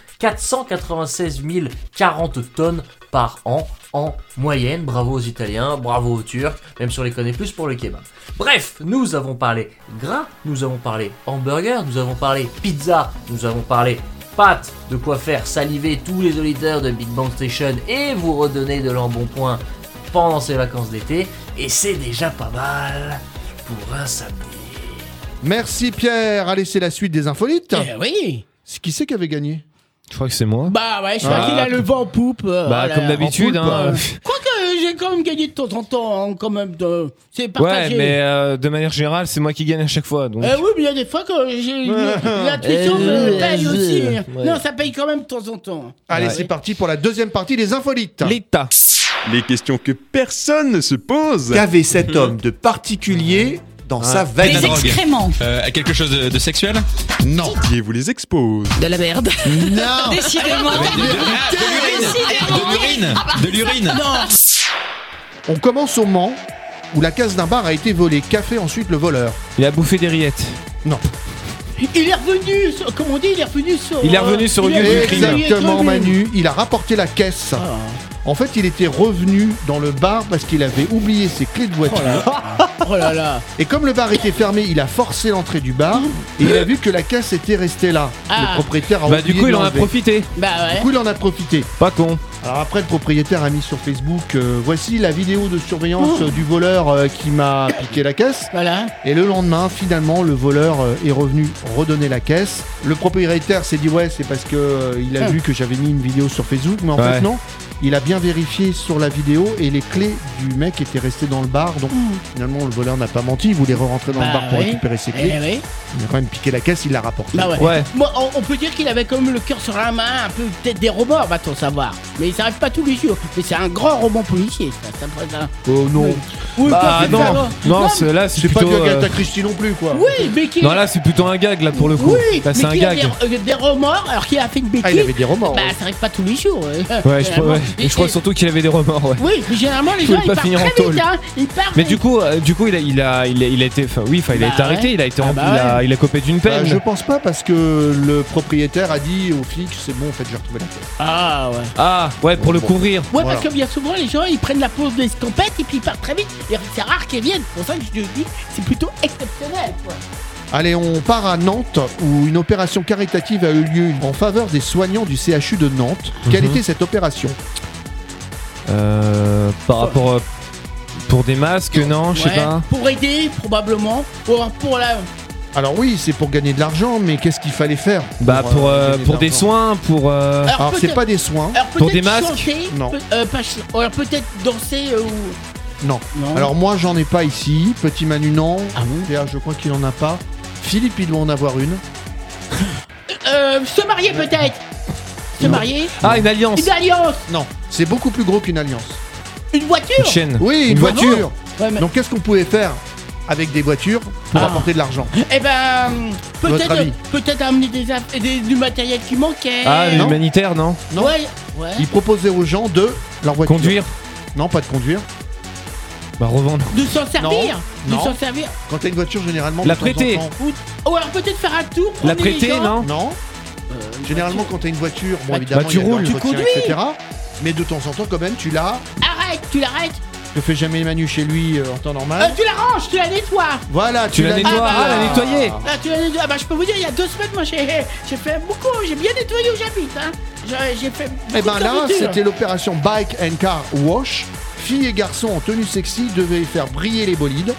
496 040 tonnes par an en moyenne. Bravo aux Italiens, bravo aux Turcs, même si on les connaît plus pour le kebab. Bref, nous avons parlé gras, nous avons parlé hamburger, nous avons parlé pizza, nous avons parlé pâtes, de quoi faire saliver tous les auditeurs de Big Bang Station et vous redonner de l'embonpoint pendant ces vacances d'été. Et c'est déjà pas mal pour un samedi.
Merci Pierre. Allez, c'est la suite des infolites.
Eh oui.
C'est Qui c'est qui avait gagné Ah.
Je crois que c'est moi.
Bah ouais, je crois qu'il a le vent en poupe. euh,
Bah,
voilà.
comme d'habitude,
En poupe, <laughs>
hein.
euh, Quoique euh, j'ai quand même gagné de temps en temps, hein, quand même. De... C'est
Ouais,
partagé.
mais euh, de manière générale, c'est moi qui gagne à chaque fois. Donc. Eh,
Euh, oui, mais il y a des fois que j'ai l'intuition me paye aussi. hein. Non, ça paye quand même de temps en temps.
Allez, c'est parti pour la deuxième partie des infolites.
L'État.
Les questions que personne ne se pose.
Qu'avait cet homme de particulier dans sa
veine
veine
Les excréments.
Euh, quelque chose de, de sexuel
Non.
Qui vous les expose.
De
Ah,
la merde.
Non.
Décidément.
De l'urine
Ah,
Ah, bah,
De l'urine
On commence au Mans, où la case d'un bar a été volée. Qu'a fait ensuite le voleur
Il a bouffé des rillettes.
Non.
Il est revenu, sur- comment on dit, il est revenu sur. euh,
Il est revenu sur une
revenu Ah.
Exactement,
sur-
Manu. Il a rapporté la caisse. En fait, il était revenu dans le bar parce qu'il avait oublié ses clés de voiture. <laughs>
Oh là là.
Et comme le bar était fermé, il a forcé l'entrée du bar et il a vu que la caisse était restée là.
Ah.
Le propriétaire a
Bah,
oublié
du coup,
de
il en a
l'enlever.
profité.
Bah ouais.
Du coup, il en a profité.
Pas con.
Alors après, le propriétaire a mis sur Facebook euh, voici la vidéo de surveillance euh, du voleur euh, qui m'a piqué la caisse.
Voilà.
Et le lendemain, finalement, le voleur euh, est revenu redonner la caisse. Le propriétaire s'est dit ouais, c'est parce que euh, il a
Ah.
vu que j'avais mis une vidéo sur Facebook, mais en
Ouais.
fait non. Il a bien vérifié sur la vidéo et les clés du mec étaient restées dans le bar. Donc finalement, le voleur n'a pas menti. Il voulait rentrer dans
Hmm. Bah
le bar pour
oui.
récupérer ses clés.
Eh oui.
Il a quand même piqué la caisse. Il l'a rapporté.
Bah ouais. Bon, on, on peut dire qu'il avait comme le cœur sur la main, un peu peut-être des remords, va-t-on savoir. Mais ça arrive pas tous les jours. Mais c'est un grand roman policier, ça. ça, me- ça-
Oh non.
Oui,
Bah
toi, tu le
non,
savais.
non,
Non,
c'est- là c'est
C'est pas
plutôt.
du
euh,
Agatha Christie non plus quoi.
Oui, mais qui.
Non, là c'est plutôt un gag là pour le coup.
Oui,
Là c'est
mais
un
qui
gag.
avait euh, des remords alors qu'il a fait une bêtise.
Ah, il avait des remords,
Bah,
ouais.
ça arrive pas tous les jours. ouais.
Ouais, je, crois-
Généralement,
ouais. Et je crois surtout qu'il avait des remords. Ouais.
Oui, mais généralement les
Je voulais
gens ils
pas
partent
finir en
très
tôle.
vite, hein. Ils partent.
Mais du coup, euh, du coup, il a, il a, il a, il a été, enfin, oui, enfin, il a
Bah
été arrêté,
ouais.
il a été,
Ah
en-
bah
il, a,
ouais.
il a copé d'une
Bah,
peine.
je pense pas parce que le propriétaire a dit aux flics c'est bon en fait j'ai retrouvé la caisse.
Ah ouais.
Ah, ouais, pour le couvrir.
Ouais, parce que bien souvent, les gens ils prennent la pause de l'escampette et puis ils partent très vite. Et c'est rare qu'ils viennent. C'est pour ça que je te dis, c'est plutôt exceptionnel. Quoi.
Allez, on part à Nantes où une opération caritative a eu lieu en faveur des soignants du CHU de Nantes. Quelle
Mhm.
était cette opération
Euh, par rapport euh, pour des masques, non, Oh, je sais
Ouais.
pas. Euh,
Pour aider, probablement. Pour, pour la.
Alors oui, c'est pour gagner de l'argent, mais qu'est-ce qu'il fallait faire
Bah pour
euh,
euh,
gagner de
pour des
l'argent
soins, pour. euh,
Alors, c'est
peut-être-
pas des soins.
Alors,
Pour
peut-être
des masques
chanter,
Non.
peut- euh, pas ch- ou alors peut-être danser euh, ou.
Non.
Non. Ah
Alors moi, j'en ai pas ici. Petit Manu, non. Pierre, je crois qu'il en a pas. Philippe, il doit en avoir une.
Euh, se marier peut-être. Se marier.
Ah, une alliance.
Une alliance.
Non, c'est beaucoup plus gros qu'une alliance.
Une voiture.
Une chaîne.
Oui, une,
Une
voiture.
voiture.
Ouais, mais-
Donc qu'est-ce qu'on pouvait faire avec des voitures pour
Ah.
apporter de l'argent
Eh ben,
Votre
peut-être
avis.
peut-être amener des, aff- des- du matériel qui manquait.
Ah, l'humanitaire, non
non.
Ouais, ouais.
Il proposait aux gens de leur voiture.
Conduire.
Non, pas de conduire.
Bah revendre.
De s'en servir.
Non.
De s'en servir.
Quand t'as une voiture, généralement.
La
de temps en
prêter.
temps-
Ou, ou alors peut-être faire un tour.
La
promener les
prêter,
gens. Euh,
non
Non. Généralement, quand t'as une voiture, bon,
Bah,
évidemment,
bah, tu
il y a de
roules.
l'entretien,
Tu conduis.
etc. Mais de temps en temps, quand même, tu l'as.
Arrête, tu l'arrêtes.
Je fais jamais Manu chez lui euh, en temps
Euh,
normal.
tu la ranges, tu la nettoies.
Voilà,
Tu
tu,
la
l'as
nettoies.
nettoyé.
Ah, la
Eh.
nettoyer.
Ah, tu la nettoies. Ah, bah, je peux vous dire, il y a deux semaines, moi, j'ai j'ai fait beaucoup. J'ai bien nettoyé où j'habite. Hein. J'ai j'ai fait.
Et
beaucoup
ben
de
là,
nourriture.
c'était l'opération Bike and Car Wash. Filles et garçons en tenue sexy devaient faire briller les bolides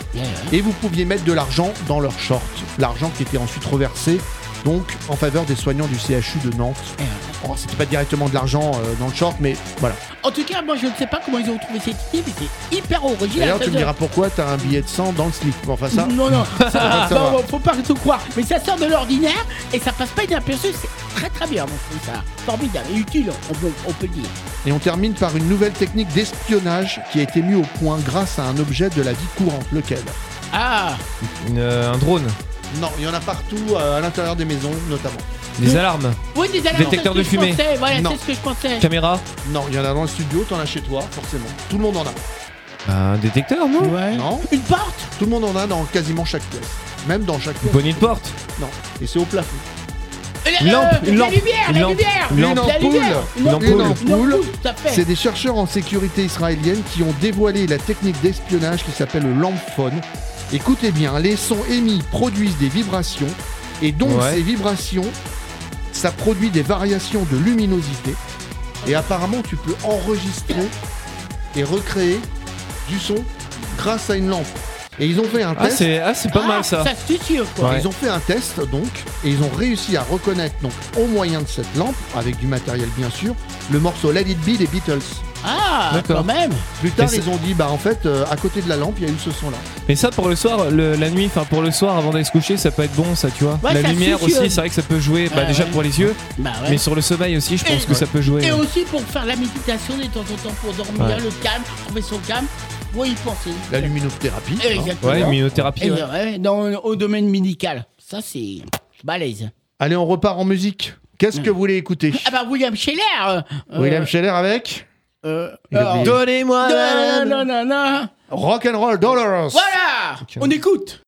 et vous pouviez mettre de l'argent dans leurs shorts. L'argent qui était ensuite reversé donc en faveur des soignants du CHU de Nantes.
Eh,
Oh, c'était pas directement de l'argent euh, dans le short, mais voilà.
En tout cas, moi, je ne sais pas comment ils ont trouvé cette idée, mais c'est hyper original.
D'ailleurs, tu me
Ça-
diras pourquoi t'as un billet de sang dans le slip. Bon, Enfin, <laughs> ça.
Non, non, ça-
Ça va.
non, bon, faut pas tout croire. Mais ça sort de l'ordinaire et ça passe pas inaperçu. C'est très très bien, mon fou, ça. Formidable et utile, on peut, on peut le dire.
Et on termine par une nouvelle technique d'espionnage qui a été mise au point grâce à un objet de la vie courante. Lequel
Ah,
Une, euh, un drone.
Non, il y en a partout, euh, à l'intérieur des maisons notamment.
Hmm.
Des alarmes.
oui, des alarmes.
Détecteur
c'est
de
ce que je
fumée.
pensais, Voilà,
Non.
c'est ce que je pensais.
Caméra.
Non, il y en a dans le studio, t'en as chez toi, forcément. Tout le monde en a.
Un détecteur, non
Ouais.
Non
Une porte
Tout le monde en a dans quasiment chaque pièce. Même dans chaque
Une
pièce.
poignée de porte.
Non. Et c'est au plafond.
La-
Une lampe, une
la
lampe,
lumière,
une
la
lampe,
lumière,
une lampe.
la lumière,
Une ampoule. Une ampoule.
tout à fait.
C'est des chercheurs en sécurité israélienne qui ont dévoilé la technique d'espionnage qui s'appelle le lamphone. Écoutez bien, les sons émis produisent des vibrations et donc
Ouais.
ces vibrations, ça produit des variations de luminosité. Et apparemment, tu peux enregistrer et recréer du son grâce à une lampe. Et ils ont fait un
Ah
test.
c'est ah, c'est pas mal ça.
Ça sûr, quoi.
Ouais.
Ils ont fait un test donc et ils ont réussi à reconnaître donc au moyen de cette lampe, avec du matériel bien sûr, le morceau Let It Be des Beatles.
Ah,
D'accord.
quand même.
Plus tard,
Mais c'est-
ils ont dit, bah en fait, euh, à côté de la lampe, il y a eu ce son-là.
Mais ça pour le soir, le- la nuit, enfin pour le soir avant d'aller se coucher, ça peut être bon ça, tu vois.
Ouais,
la
ça
lumière aussi,
suffit, euh.
c'est vrai que ça peut jouer. bah
Ouais,
déjà
ouais.
pour les yeux,
Bah ouais.
mais sur le sommeil aussi, je pense
Et-
que ça peut jouer.
Et aussi pour faire la méditation de temps en temps, pour dormir,
Ouais.
le calme, trouver son calme. Oui, y penser.
La luminothérapie.
Eh,
hein.
Exactement.
Ouais, immunothérapie.
Eh
ouais.
ben, ouais, dans, au domaine médical. Ça, c'est balèze.
Allez, on repart en musique. Qu'est-ce que vous voulez écouter
Ah bah, William Scheller euh, euh,
William Scheller avec
euh,
Il a
alors-
oublié.
Donnez-moi
Non, non, non, non.
Rock and Roll Dollars.
Voilà On écoute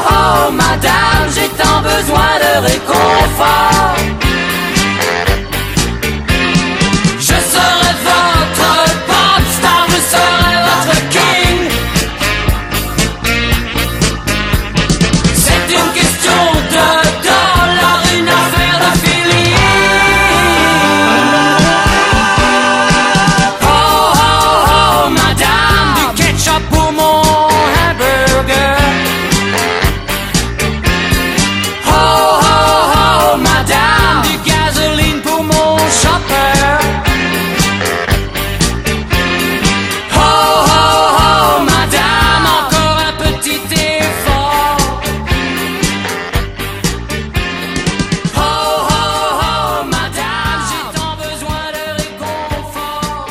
femme, j'ai tant besoin de réconfort. Je serai votre pop star, je serai votre king. C'est une question de dollar, une affaire de feeling. Oh, oh, oh, madame, du ketchup pour mon hamburger. Oh, oh, oh, madame, du gasoline pour mon chopper. Oh, oh, oh, madame, encore un petit effort. Oh, oh, oh, madame, j'ai tant besoin de réconfort.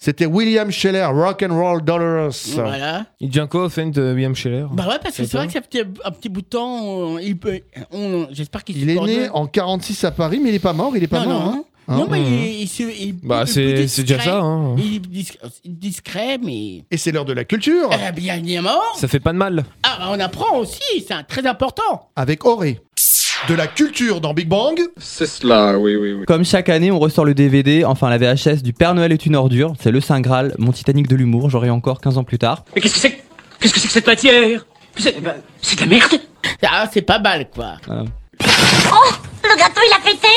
C'était William Scheller, Rock and Roll Dollars.
Voilà.
Il devient quoi au fan de William Scheller
Bah ouais, parce que c'est vrai que ça fait un petit bout de temps. euh, il peut, on- J'espère qu'il
Il est
supporte
né
mieux.
en 46 à Paris, mais il est pas mort, il est pas
Non,
mort.
non,
hein.
Non,
Hein
mais il, il se- il-
Bah,
il est
c'est-
plus
c'est déjà
discret.
ça, hein.
Il est dis- discret, mais.
Et c'est l'heure de la culture
Eh bien, évidemment
Ça fait pas de mal.
Ah, bah, on apprend aussi, c'est un- très important
Avec Auré. De la culture dans Big Bang.
C'est cela, oui, oui, oui.
Comme chaque année, on ressort le DVD, enfin la VHS du Père Noël est une ordure. C'est le Saint Graal, mon Titanic de l'humour, j'aurai encore 15 ans plus tard.
Mais qu'est-ce que c'est Qu'est-ce que c'est que cette matière C'est de la merde Ah, c'est pas mal, quoi
Voilà.
Oh, le gâteau il a pété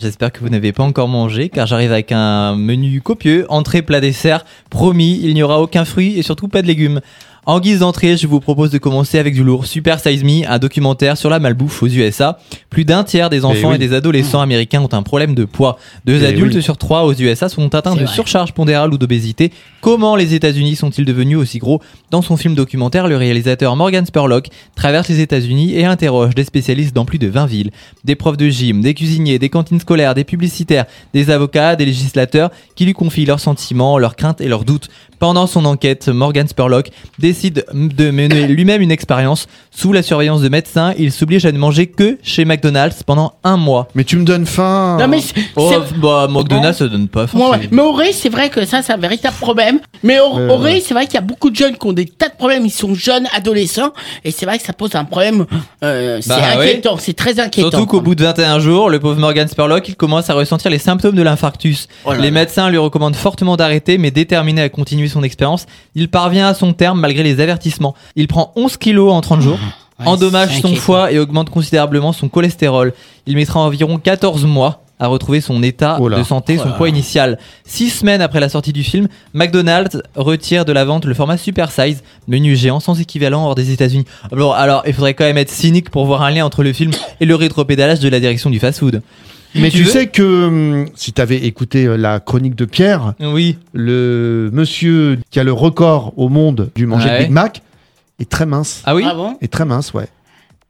J'espère que vous n'avez pas encore mangé, car j'arrive avec un menu copieux, entrée, plat, dessert. Promis, il n'y aura aucun fruit et surtout pas de légumes. En guise d'entrée, je vous propose de commencer avec du lourd Super Size Me, un documentaire sur la malbouffe aux USA. Plus d'un tiers des enfants
Eh oui.
et des adolescents américains ont un problème de poids. Deux
Eh
adultes
oui.
sur trois aux USA sont atteints
C'est
de
vrai.
surcharge pondérale ou d'obésité. Comment les États-Unis sont-ils devenus aussi gros Dans son film documentaire, le réalisateur Morgan Spurlock traverse les États-Unis et interroge des spécialistes dans plus de 20 villes. Des profs de gym, des cuisiniers, des cantines scolaires, des publicitaires, des avocats, des législateurs qui lui confient leurs sentiments, leurs craintes et leurs doutes. Pendant son enquête, Morgan Spurlock décide
<coughs>
de mener lui-même une expérience. Sous la surveillance de médecins, il s'oblige à ne manger que chez McDonald's pendant un mois.
Mais tu me donnes faim
Non, mais c'est-
Oh,
c'est-
bah, McDonald's, ça donne pas faim.
Ah Ouais,
c'est-
ouais. Mais Auré, c'est vrai que ça, c'est un véritable problème. Mais Aur-
Euh,
Auré,
ouais.
c'est vrai qu'il y a beaucoup de jeunes qui ont des tas de problèmes. Ils sont jeunes, adolescents, et c'est vrai que ça pose un problème. euh, c'est
Bah ouais.
inquiétant, c'est très inquiétant.
Surtout qu'au bout de 21 jours, le pauvre Morgan Spurlock, il commence à ressentir les symptômes de l'infarctus.
Oh là
les
là.
médecins lui recommandent fortement d'arrêter, mais déterminé à continuer son expérience, il parvient à son terme malgré les avertissements. Il prend 11 kilos en 30 jours.
Ah,
endommage son
inquiétant.
foie et augmente considérablement son cholestérol. Il mettra environ 14 mois à retrouver son état
Oh là.
de santé,
Oh
son
là
poids
là.
initial. Six semaines après la sortie du film, McDonald's retire de la vente le format Super Size, menu géant sans équivalent hors des États-Unis. Alors, alors, il faudrait quand même être cynique pour voir un lien entre le film et le rétropédalage de la direction du fast-food.
Mais tu,
veux-
sais que hum, si t'avais écouté euh, la chronique de Pierre,
oui.
le monsieur qui a le record au monde du manger
Ouais.
de Big Mac est très mince.
Ah oui Ah,
Ah bon
Est très mince, ouais.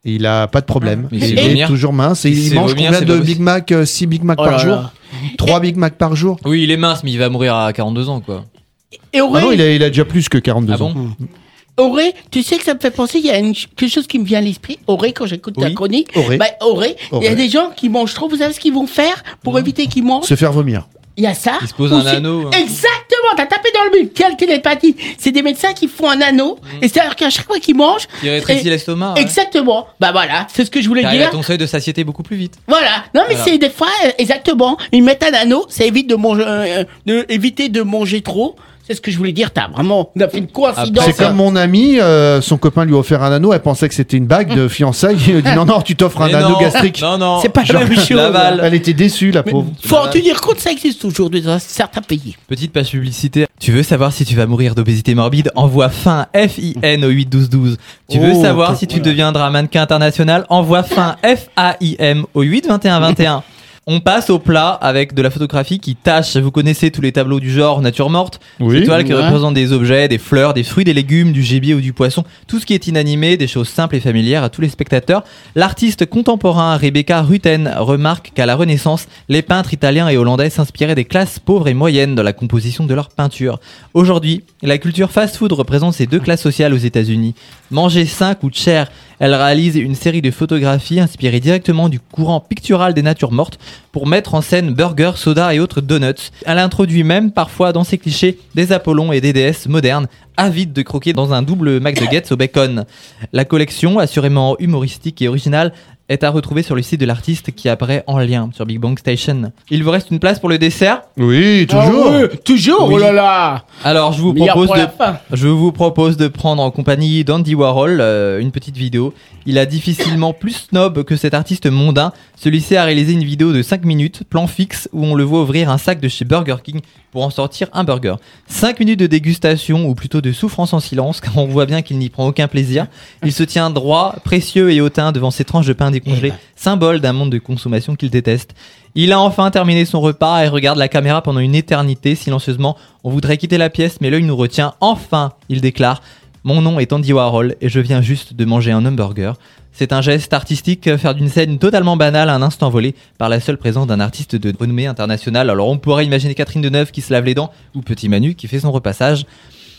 Et il a pas de problème.
Mais il sait
est
vomir.
toujours mince et
Il
il,
sait
mange
vomir,
combien
c'est
de
pas
Big Mac 6 Big Mac
Oh
par
là
jour
là.
3 Big Mac par jour
Oui, il est mince, mais il va mourir à 42 ans, quoi.
Et
Ah
Auré,
non, il a, il a déjà plus que 42
Ah bon
ans.
Auré, tu sais que ça me fait penser, il y a une ch- quelque chose qui me vient à l'esprit. Auré, quand j'écoute ta
Oui.
chronique,
Auré.
bah, Auré, il y a
Auré.
des gens qui mangent trop. Vous savez ce qu'ils vont faire
Mmh.
pour éviter qu'ils mangent
Se faire vomir.
Il y a ça.
Ils se posent
Ou
un
c'est-
anneau, hein.
Exactement, t'as tapé dans le but. Quelle télépathie C'est des médecins qui font un anneau.
Mmh.
Et c'est-à-dire qu'à chaque fois qu'ils mangent.
Ils rétrécissent
et-
l'estomac, ouais.
Exactement. Bah voilà, c'est ce que je voulais
T'arrives à
dire.
ton seuil de satiété beaucoup plus vite.
Voilà. Non mais
Voilà.
c'est des fois euh, exactement. Ils mettent un anneau, ça évite de manger, euh, euh, de éviter de manger trop. C'est ce que je voulais dire. T'as vraiment, on a
Ah,
fait une coïncidence.
C'est comme mon ami, euh, son copain lui a offert un anneau, elle pensait que c'était une bague de fiançailles. Il lui a dit non, non, tu t'offres un
Mais
anneau
non,
gastrique.
non, non.
C'est pas la même chose. Laval.
Elle était déçue, la pauvre.
Faut en tenir compte, ça existe aujourd'hui dans certains pays.
Petite page publicitaire. Tu veux savoir si tu vas mourir d'obésité morbide Envoie fin F-I-N au 8-12-12. Tu veux
Oh,
savoir
ok,
si tu deviendras mannequin international Envoie fin F-A-I-M au 8-21-21. On passe au plat avec de la photographie qui tâche. Vous connaissez tous les tableaux du genre nature morte,
Oui.
étoiles qui
Ouais.
représentent des objets, des fleurs, des fruits, des légumes, du gibier ou du poisson, tout ce qui est inanimé, des choses simples et familières à tous les spectateurs. L'artiste contemporain Rebecca Rutten remarque qu'à la Renaissance, les peintres italiens et hollandais s'inspiraient des classes pauvres et moyennes dans la composition de leur peinture. Aujourd'hui, la culture fast-food représente ces deux classes sociales aux États-Unis. Manger sain coûte cher. Elle réalise une série de photographies inspirées directement du courant pictural des natures mortes pour mettre en scène burgers, soda et autres donuts. Elle introduit même parfois dans ses clichés des Apollons et des déesses modernes, avides de croquer dans un double McNuggets au bacon. La collection, assurément humoristique et originale, est à retrouver sur le site de l'artiste qui apparaît en lien sur Big Bang Station. Il vous reste une place pour le dessert Oui,
toujours. Ah oui, toujours, oh là là.
Alors, je vous
Meilleur
propose
pour
de
la fin.
je vous propose de prendre en compagnie d'Andy Warhol euh, une petite vidéo. Il a
<coughs>
difficilement plus snob que cet artiste mondain. Celui-ci a réalisé une vidéo de 5 minutes, plan fixe, où on le voit ouvrir un sac de chez Burger King pour en sortir un burger. 5 minutes de dégustation, ou plutôt de souffrance en silence, <laughs> car on voit bien qu'il n'y prend aucun plaisir. Il se tient droit, précieux et hautain devant ses tranches de pain
Eh
décongelé,
ben.
symbole d'un monde de consommation qu'il déteste. Il a enfin terminé son repas et regarde la caméra pendant une éternité, silencieusement. On voudrait quitter la pièce, mais l'œil nous retient. Enfin, il déclare Mon nom est Andy Warhol et je viens juste de manger un hamburger. C'est un geste artistique, euh, faire d'une scène totalement banale un instant volé par la seule présence d'un artiste de renommée internationale. Alors on pourrait imaginer Catherine Deneuve qui se lave les dents ou Petit Manu qui fait son repassage.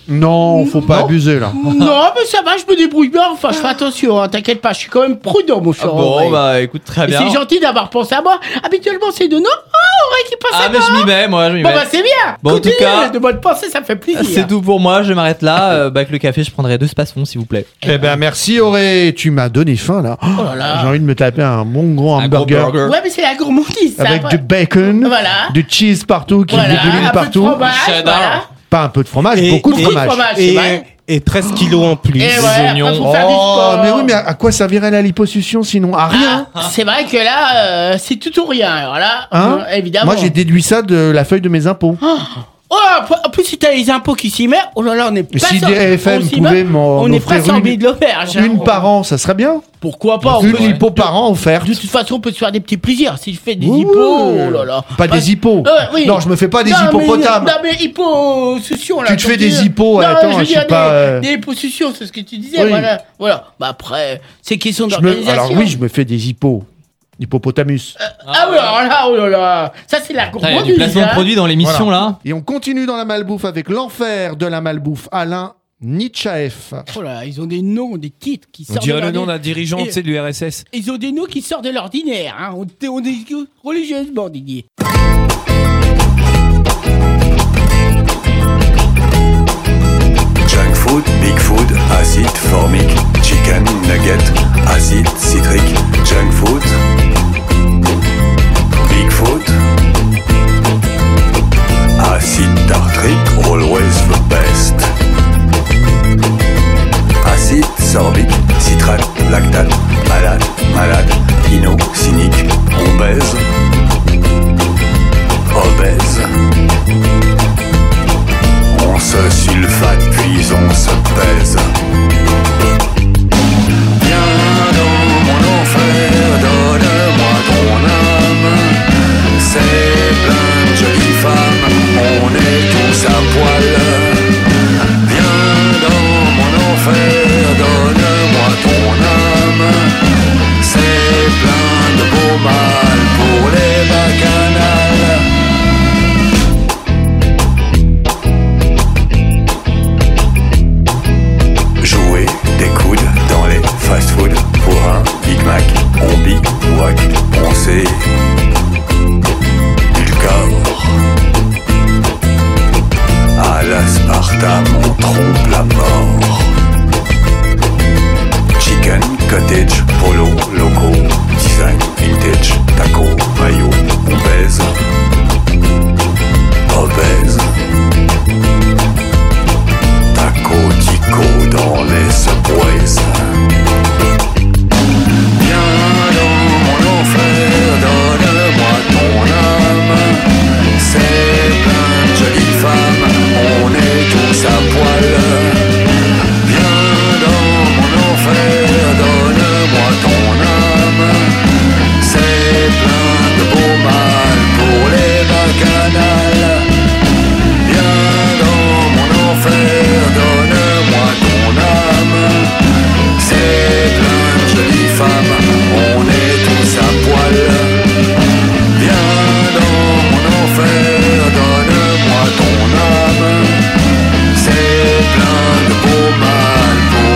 Non, faut pas abuser là.
<laughs> Non, mais ça va, je me débrouille bien. Enfin, je fais attention, hein, t'inquiète pas, je suis quand même prudent, mon cher.
Bon,
Auré.
bah écoute, très
Et
bien.
c'est gentil d'avoir pensé à moi. Habituellement, c'est de non. Oh, Auré qui pense
Ah,
à
mais
moi.
je m'y mets, moi, je m'y
Bon,
mets.
bah, c'est bien.
Bon, en
Continue,
tout cas,
de bonne pensée, ça me fait plaisir.
c'est tout pour moi, je m'arrête là. Euh, bah, avec le café, je prendrai deux spassons, s'il vous plaît.
Eh ben merci Auré, tu m'as donné faim là.
Oh là là.
J'ai envie de me taper un bon gros
gros
hamburger.
burger.
Ouais, mais c'est la gourmandise, ça.
Avec
après.
du bacon,
Voilà.
du cheese partout, qui
Voilà,
de
un
l'huile
peu
partout.
de fromage, Cheddar. voilà.
Pas un peu de fromage, beaucoup de
beaucoup de
fromage.
fromage, c'est vrai.
et 13 kilos en plus.
Et ouais, après, faut faire du
Oh,
sport.
mais oui, mais à à quoi servirait la liposuction sinon À rien.
Ah, c'est vrai que là, euh, c'est tout ou rien. Alors là,
Hein
euh, évidemment.
Moi, j'ai déduit ça de la feuille de mes impôts.
Oh, en plus, si t'as les impôts qui s'y mettent, oh là là, on est pas
si
sans-
DFM
on s'y
pouvait
met-
m'en
On est
offrir
pas sorti
une-
de l'auberge. hein.
Une par an, ça serait bien.
Pourquoi pas on
Une
peut-
lipo par an offerte.
De toute façon, on peut se faire des petits plaisirs. Si je fais des
Oui,
hippos, oh là là.
Pas des hippos.
Euh, oui.
Non, je me fais pas des
Non, mais-
hippopotames.
Non, mais hippos, succion, là.
Tu te
comme
fais des
dis.
hippos,
Non,
attends,
je veux
je sais
dire
pas,
des-
euh.
Des hipposuctions, c'est ce que tu disais,
Oui.
voilà. Voilà. Bah après, c'est question
Je me-
d'organisation.
Alors oui, je me fais des hippos. Hippopotamus.
Ah oui, alors là, oh là là. Ça, c'est la
Putain, il y a
gourmandise.
du placement de
hein.
produits dans l'émission
Voilà.
là.
Et on continue dans la malbouffe avec l'enfer de la malbouffe. Alain Nietzsche.
Oh là, là, ils ont des noms, des titres qui
On
sortent.
dirait
de
le nom d'un
l'ordinaire.
dirigeant
Et-
tu sais, de l'URSS.
Ils ont des noms qui sortent de l'ordinaire. Hein. On, on est religieusement, Didier.
Junk food, big food, acide formique, chicken nugget, acide citrique, junk food, big food, acide tartrique, always the best. Acide sorbique, citrate, lactate, malade, malade, ino, cynique, on baise, obèse. On se sulfate puis on se pèse. Viens dans mon enfer, donne-moi ton âme. C'est plein de jolies femmes, on est tous à poil. Viens dans mon enfer, donne-moi ton âme. C'est plein de beaux mâles pour les bacchanales. Jouer des coudes dans les fast-food pour un Big Mac. On bivouac, on sait du corps. À l'aspartame, on trompe la mort. Chicken, cottage, polo, loco, design, vintage, taco, maillot, on baise. Obèse. Taco Tico dans les subways. Viens dans mon enfer, donne-moi ton âme. C'est plein de jolies femmes, on est tous à poil. Viens dans mon enfer, donne-moi ton âme. C'est plein de beaux mâles pour les bacchanales. Viens dans mon enfer, donne-moi ton âme. C'est plein de jolies femmes, on est tous à poil. Viens dans mon enfer, donne-moi ton âme. C'est plein de beaux mâles pour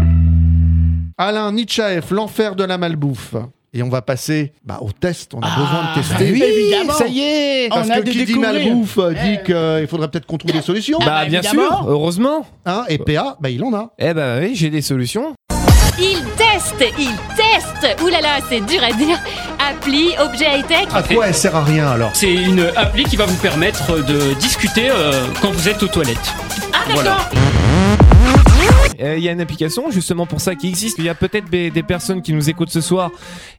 les bacchanales.
Alain Nietzsche, l'enfer de la malbouffe. Et on va passer bah, au test. On a besoin de
bah
tester.
oui, évidemment.
ça y est.
On
Parce
a
que
de
qui dit
découvrir. Eh.
malbouffe euh, dit qu'il faudrait peut-être qu'on trouve des solutions.
Bah, bien sûr, heureusement.
et PA, bah, il en a.
Eh bah oui, j'ai des solutions.
Il teste, il teste Ouh là là, c'est dur à dire. Appli, objet high-tech.
À quoi elle sert à rien alors
C'est une appli qui va vous permettre de discuter euh, quand vous êtes aux toilettes. Ah d'accord
Euh, Il y a une application justement pour ça qui existe. Il y a peut-être des, des personnes qui nous écoutent ce soir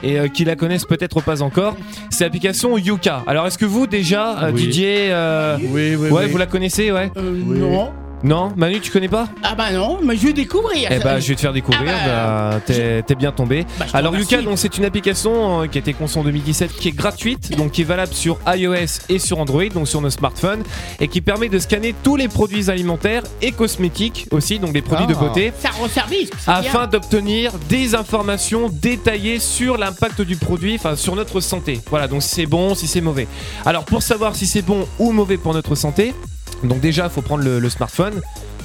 et euh, qui la connaissent peut-être pas encore. C'est l'application Yuka. Alors est-ce que vous déjà, euh,
Oui.
Didier, euh,
oui,
ouais,
oui. Euh,
vous la connaissez, ouais
Non.
Non, Manu, tu connais pas
Ah bah non, mais je vais découvrir.
eh bah, je vais te faire découvrir.
Ah
bah, t'es t'es bien tombé.
Bah, te
Alors,
remercie.
Yuka, donc, c'est une application euh, qui a été conçue en 2017, qui est gratuite, donc qui est valable sur iOS et sur Android, donc sur nos smartphones, et qui permet de scanner tous les produits alimentaires et cosmétiques aussi, donc les produits de
Ah.
beauté.
Ça rend service. c'est
Afin
bien.
d'obtenir des informations détaillées sur l'impact du produit, enfin sur notre santé. Voilà, donc si c'est bon, si c'est mauvais. Alors pour savoir si c'est bon ou mauvais pour notre santé, donc déjà il faut prendre le, le smartphone.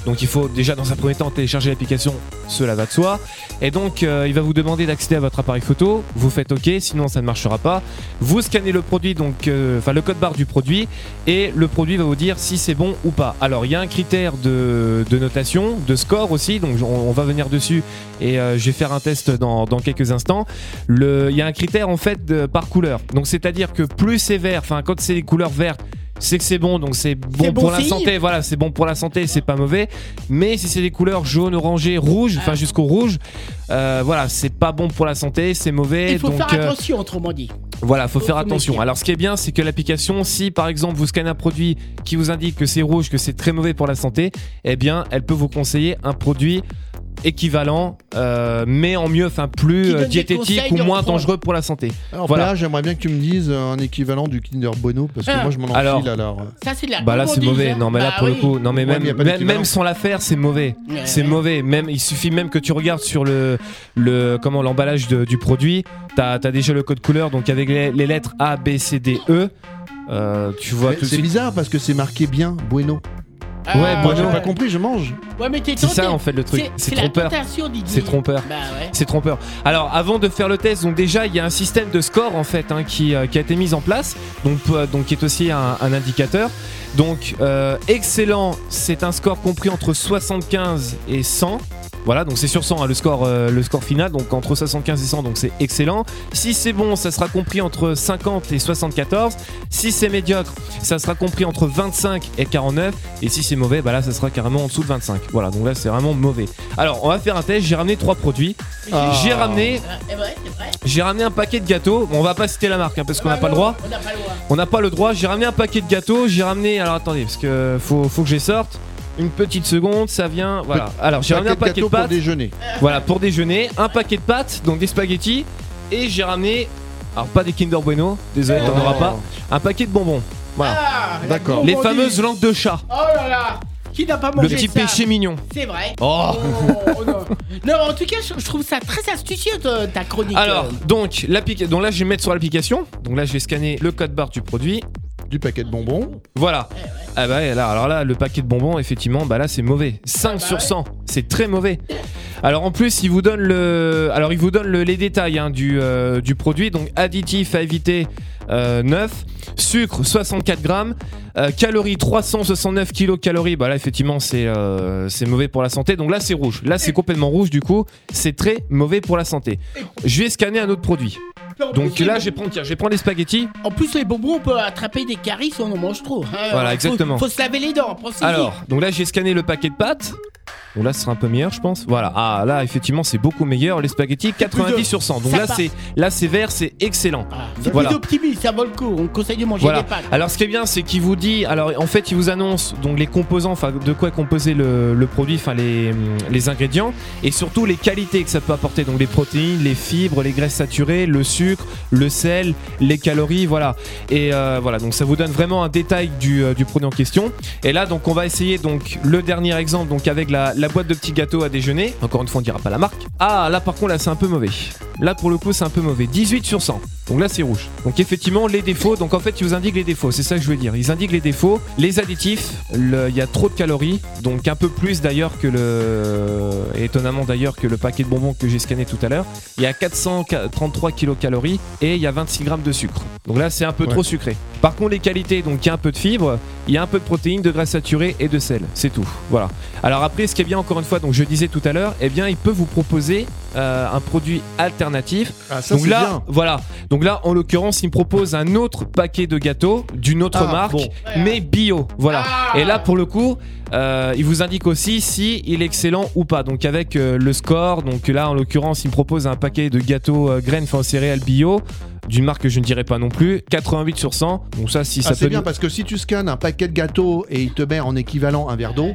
Donc il faut déjà dans un premier temps télécharger l'application, cela va de soi. Et donc euh, il va vous demander d'accéder à votre appareil photo, vous faites OK, sinon ça ne marchera pas. Vous scannez le produit, donc euh, enfin le code barre du produit, et le produit va vous dire si c'est bon ou pas. Alors il y a un critère de, de notation, de score aussi, donc on, on va venir dessus et euh, je vais faire un test dans, dans quelques instants. Le- Il y a un critère en fait de- par couleur. Donc c'est-à-dire que plus c'est vert, enfin quand c'est les couleurs vertes, c'est que c'est bon, donc c'est bon,
C'est bon
pour la
signe.
santé, voilà, c'est bon pour la santé, c'est pas mauvais. Mais si c'est des couleurs jaune, orangé, rouge,
Ah.
enfin jusqu'au rouge, euh, voilà, c'est pas bon pour la santé, c'est mauvais.
Il faut
donc,
faire
euh,
attention, autrement dit.
voilà, faut faire
Faut se
attention.
méfier.
Alors, ce qui est bien, c'est que l'application, si par exemple vous scannez un produit qui vous indique que c'est rouge, que c'est très mauvais pour la santé, eh bien, elle peut vous conseiller un produit équivalent, euh, mais en mieux, enfin
Qui
plus
donne
euh,
des
diététique
conseils
ou
de
moins
reprendre.
dangereux pour la santé.
Alors
voilà.
PA, Ah, j'aimerais bien que tu me dises euh, un équivalent du Kinder Bueno parce que
Ah.
moi je m'en enfile
Alors.
alors. Ah,
Ça, c'est de la
Bah là c'est
gourmandise,
mauvais,
hein.
non mais là
Bah
pour le
oui.
coup, non mais
Ouais,
même,
mais y a pas
même,
d'équivalent.
même sans la faire c'est mauvais,
Ouais,
c'est mauvais. Même il suffit même que tu regardes sur le, le comment l'emballage de- du produit, t'as as déjà le code couleur donc avec les, les lettres A B C D E, euh, tu vois
Mais
tout de
C'est
suite.
bizarre parce que c'est marqué bien Bueno.
Ah,
ouais,
Moi
bon,
j'ai
non.
pas compris, je mange.
Ouais, mais t'es
C'est ça
tenté.
en fait le truc.
C'est-
C'est
c'est la
trompeur.
tentation, Didier.
C'est trompeur.
Bah ouais.
C'est trompeur. Alors avant de faire le test, donc déjà il y a un système de score en fait hein, qui, euh, qui a été mis en place, donc, euh, donc qui est aussi un, un indicateur. Donc euh, excellent, c'est un score compris entre 75 et 100. Voilà, donc c'est sur 100 hein, le score euh, le score final, donc entre 75 et 100, donc c'est excellent. Si c'est bon, ça sera compris entre 50 et 74. Si c'est médiocre, ça sera compris entre 25 et 49. Et si c'est mauvais, bah là, ça sera carrément en dessous de 25. Voilà, donc là, c'est vraiment mauvais. Alors, on va faire un test. J'ai ramené trois produits.
Ah.
J'ai ramené,
C'est vrai, c'est vrai.
j'ai ramené un paquet de gâteaux. Bon, on va pas citer la marque hein, parce qu'on n'a pas le droit.
On n'a pas le droit.
On n'a pas le droit. J'ai ramené un paquet de gâteaux. J'ai ramené. Alors attendez, parce que faut, faut que je les sorte. Une petite seconde, ça vient. Voilà.
Pe-
Alors j'ai ramené un
paquet de
paquet de
gâteaux pour
pâtes.
déjeuner.
Voilà, pour déjeuner. Un paquet de pâtes, donc des spaghettis. Et j'ai ramené. Alors pas des Kinder Bueno, désolé, t'en
Oh. Ah,
auras pas. Un paquet de bonbons. Voilà.
D'accord.
Les fameuses langues de chat.
Oh là là Qui n'a pas
Le
mangé
petit
ça
péché mignon.
C'est vrai.
Oh.
Non, en tout cas, je je trouve ça très astucieux de- ta chronique.
Alors,
euh.
donc, l'application. Donc là, je vais me mettre sur l'application. Donc là, je vais scanner le code barre du produit.
Du paquet de bonbons.
Voilà. Ah bah là, alors là, le paquet de bonbons, effectivement, bah là, c'est mauvais. 5 sur 100. C'est très mauvais. Alors en plus, il vous donne le, alors il vous donne le- les détails hein, du, euh, du produit. Donc additif à éviter euh, 9, sucre 64 grammes, euh, calories 369 kilocalories. Bah là, effectivement, c'est euh, c'est mauvais pour la santé. Donc là, c'est rouge. Là, c'est complètement rouge. Du coup, c'est très mauvais pour la santé. Je vais scanner un autre produit. Donc là, je vais prendre, tiens, je vais prendre les spaghettis.
En plus, les bonbons, on peut attraper des caries si on en mange trop. hein.
Voilà,
Faut-
exactement.
Faut, se laver les dents, pensez-y.
Alors, donc là j'ai scanné le paquet de pâtes. Donc là ce sera un peu meilleur je pense. Voilà. Ah là effectivement c'est beaucoup meilleur les spaghettis 90 sur 100. Donc
Ça
là
part. Ah,
c'est là c'est vert, c'est excellent.
C'est
voilà.
plus optimiste, ça vaut le coup. On conseille de manger
Voilà.
des pâtes.
Alors ce qui est bien c'est qu'il vous dit alors en fait il vous annonce donc les composants enfin de quoi est composé le, le produit enfin les, hum, les ingrédients et surtout les qualités que ça peut apporter donc les protéines, les fibres, les graisses saturées, le sucre, le sel, les calories voilà. Et euh, voilà donc ça vous donne vraiment un détail du, euh, du produit en question. Et là donc on va essayer donc le dernier exemple donc avec la, la boîte de petits gâteaux à déjeuner. Encore une fois on dira pas la marque. Ah là par contre là c'est un peu mauvais. Là, pour le coup, c'est un peu mauvais. 18 sur 100. Donc là, c'est rouge. Donc effectivement, les défauts. Donc en fait, ils vous indiquent les défauts. C'est ça que je veux dire. Ils indiquent les défauts, les additifs. le- Il y a trop de calories. Donc un peu plus d'ailleurs que le. et Étonnamment d'ailleurs que le paquet de bonbons que j'ai scanné tout à l'heure. Il y a 433 kilocalories et il y a 26 grammes de sucre. Donc là, c'est un peu
Ouais.
trop sucré. Par contre, les qualités, donc il y a un peu de fibres, il y a un peu de protéines, de graisse saturée et de sel. C'est tout. Voilà. Alors après, ce qui est bien, encore une fois, donc je disais tout à l'heure, eh bien, il peut vous proposer euh, un produit alternatif.
Ah, ça,
donc
c'est
là,
bien.
voilà. Donc là, en l'occurrence, il me propose un autre paquet de gâteaux d'une autre
Ah,
marque,
bon. Ah.
mais bio. Voilà. Et là, pour le coup, euh, il vous indique aussi si il est excellent ou pas. Donc avec euh, le score. Donc là, en l'occurrence, il me propose un paquet de gâteaux euh, graines, enfin céréales bio. D'une marque que je ne dirais pas non plus, 88 sur 100. Donc ça, si
Ah,
ça peut
c'est bien
nous-
parce que si tu scannes un paquet de gâteaux et il te met en équivalent un verre d'eau,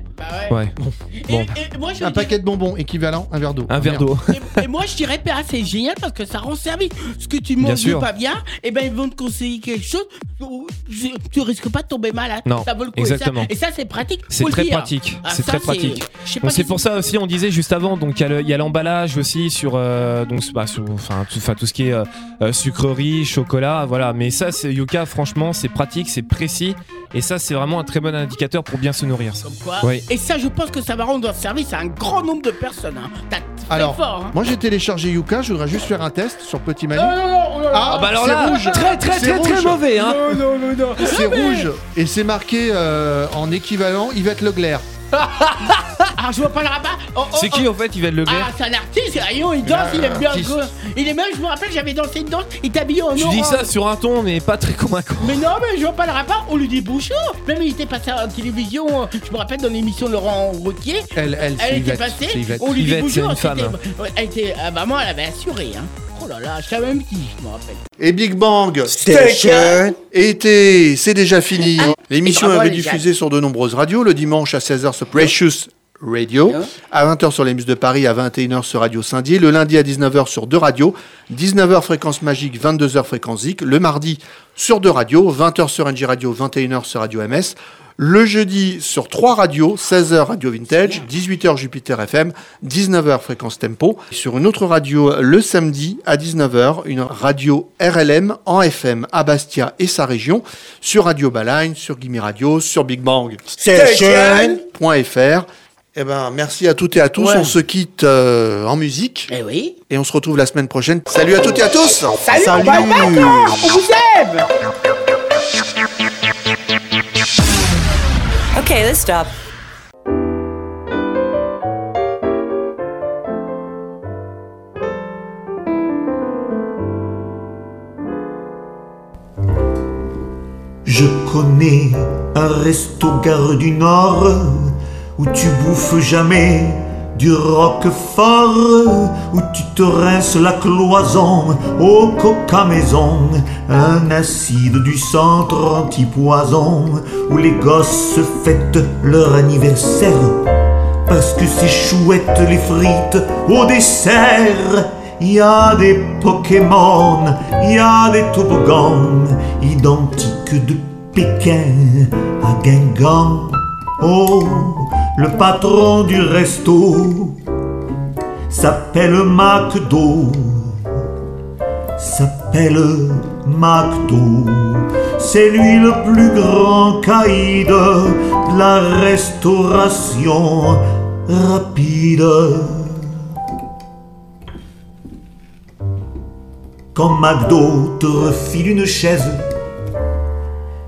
Ouais. Bon.
Et moi, je
un
dis-
paquet de bonbons équivalent un verre d'eau. Ah,
Un verre d'eau.
Et moi je dirais bah, c'est génial parce que ça rend service. Ce que tu
Bien
manges
sûr.
pas bien, et ben ils vont te conseiller quelque chose, où je- tu risques pas de tomber malade.
Non,
ça vaut le coup.
exactement.
Et ça, et ça, c'est pratique.
C'est
faut le
très
dire.
pratique.
Ah,
c'est
ça,
très pratique.
je sais pas
Donc c'est
si-
pour ça aussi, on disait juste avant, donc il y a le- il y a l'emballage aussi sur, euh, donc bah, sur- enfin tout, enfin, tout ce qui est euh, euh, sucrerie, chocolat, voilà. Mais ça, c'est Yuka, franchement, c'est pratique, c'est précis, et ça, c'est vraiment un très bon indicateur pour bien se nourrir. ça.
Quoi
Oui.
Et ça, je pense que ça va rendre service à un grand nombre de personnes. Hein. T'as fait
Alors,
fort. hein.
moi j'ai téléchargé Yuka, je voudrais juste faire un test sur Petit Manu.
Non, non, non, oh là là.
Ah,
Ah, bah
alors
c'est
là,
rouge.
très, très,
C'est
très, très
rouge.
mauvais, hein.
Non, non, non, non.
C'est
Ah, mais-
rouge et c'est marqué euh, en équivalent Yvette Leclerc.
Ah, je vois pas le rabat. Oh, oh,
C'est qui
oh.
en fait, Yvette Leclerc
Ah, c'est un artiste, ah, yo, il danse,
Ah,
il aime bien le
artiste.
go. Il est même, je me rappelle, j'avais dansé une danse, il t'habillait en
Tu
orange.
dis ça sur un ton, mais pas très convaincant.
Mais non, mais je vois pas le rapport. On lui dit bonjour. Même il était passé à la télévision. euh, Je me rappelle dans l'émission Laurent Roquier.
Elle- elle, c'est
était
Yvette,
passée.
c'est Yvette.
On lui dit
Yvette, c'est
bonjour.
une femme.
c'était- ouais, Elle était, ah, maman, elle avait assuré. Hein. Oh là là, je savais même qui, je me rappelle.
Et Big Bang
Station
Été, c'est déjà fini. L'émission
Bravo,
avait
les gars.
diffusé sur de nombreuses radios. Le dimanche à 16h sur Precious Radio, à 20h sur les Muses de Paris, à 21h sur Radio Saint-Dié, le lundi à 19h sur deux radios, 19h fréquence magique, 22h fréquence zik, le mardi sur deux radios, 20h sur NG Radio, 21h sur Radio MS, le jeudi sur trois radios, 16h Radio Vintage, 18h Jupiter FM, 19h Fréquence Tempo. Sur une autre radio le samedi à 19h, une radio RLM en FM à Bastia et sa région, sur Radio Balagne, sur Gimme Radio, sur Big Bang Station.fr. Eh ben, merci à toutes et à tous.
Ouais.
On se quitte euh, en musique.
Eh oui.
Et on se retrouve la semaine prochaine. Salut à toutes et à tous.
Salut, on va au bac, hein. On vous aime
Okay, let's stop.
Je connais un resto-gare du Nord où tu bouffes jamais du roquefort, où tu te rinces la cloison au coca maison, un acide du centre antipoison où les gosses fêtent leur anniversaire parce que c'est chouette les frites au dessert. Il y a des Pokémon, il y a des toboggans, identiques de Pékin à Guingamp. Oh, le patron du resto s'appelle McDo, s'appelle McDo. C'est lui le plus grand caïd de la restauration rapide. Quand McDo te refile une chaise,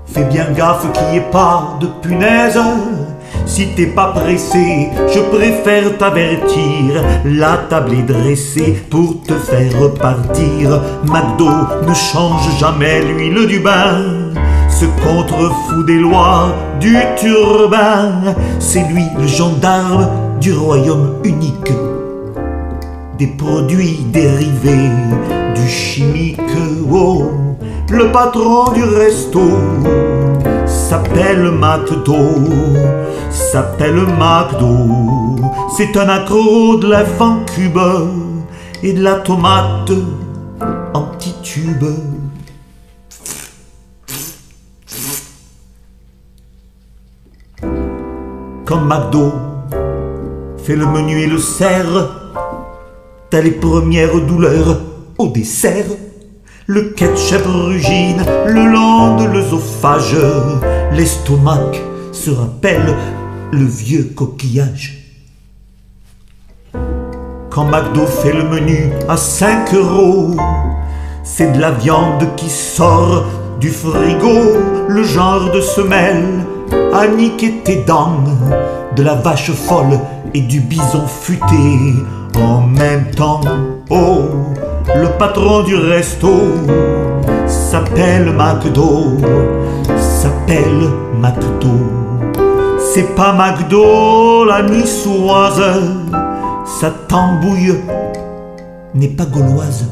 fais bien gaffe qu'il n'y ait pas de punaise. Si t'es pas pressé, je préfère t'avertir. La table est dressée pour te faire repartir. McDo ne change jamais l'huile du bain se contrefout des lois du turban. C'est lui le gendarme du royaume unique, des produits dérivés du chimique. Oh, le patron du resto s'appelle McDo, s'appelle McDo. C'est un accro de la Vancube et de la tomate en petits tubes. Comme McDo fait le menu et le serre, t'as les premières douleurs au dessert. Le ketchup rugine le long de l'œsophage. L'estomac se rappelle le vieux coquillage. Quand McDo fait le menu à 5 euros, c'est de la viande qui sort du frigo, le genre de semelle à niquer tes dents, de la vache folle et du bison futé en même temps. Oh, le patron du resto s'appelle McDo, s'appelle McDo. C'est pas McDo la niçoise, sa tambouille n'est pas gauloise.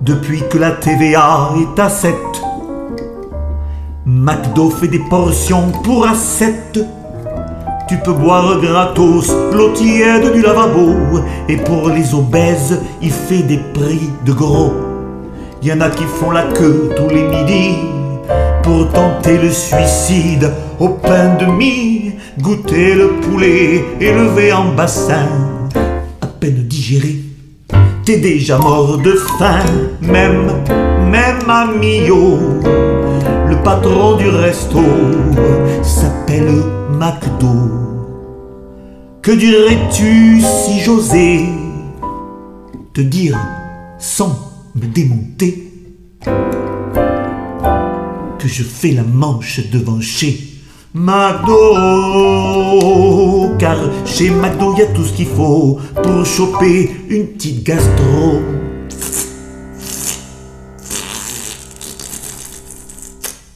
Depuis que la TVA est à 7, McDo fait des portions pour à 7. Tu peux boire gratos l'eau tiède du lavabo. Et pour les obèses, il fait des prix de gros. Y en a qui font la queue tous les midis pour tenter le suicide au pain de mie, goûter le poulet élevé en bassin, à peine digéré. T'es déjà mort de faim, même, même oh. à Millau. Le patron du resto s'appelle McDo. Que dirais-tu si j'osais te dire sans me démonter que je fais la manche devant chez McDo, car chez McDo, y a tout ce qu'il faut pour choper une petite gastro.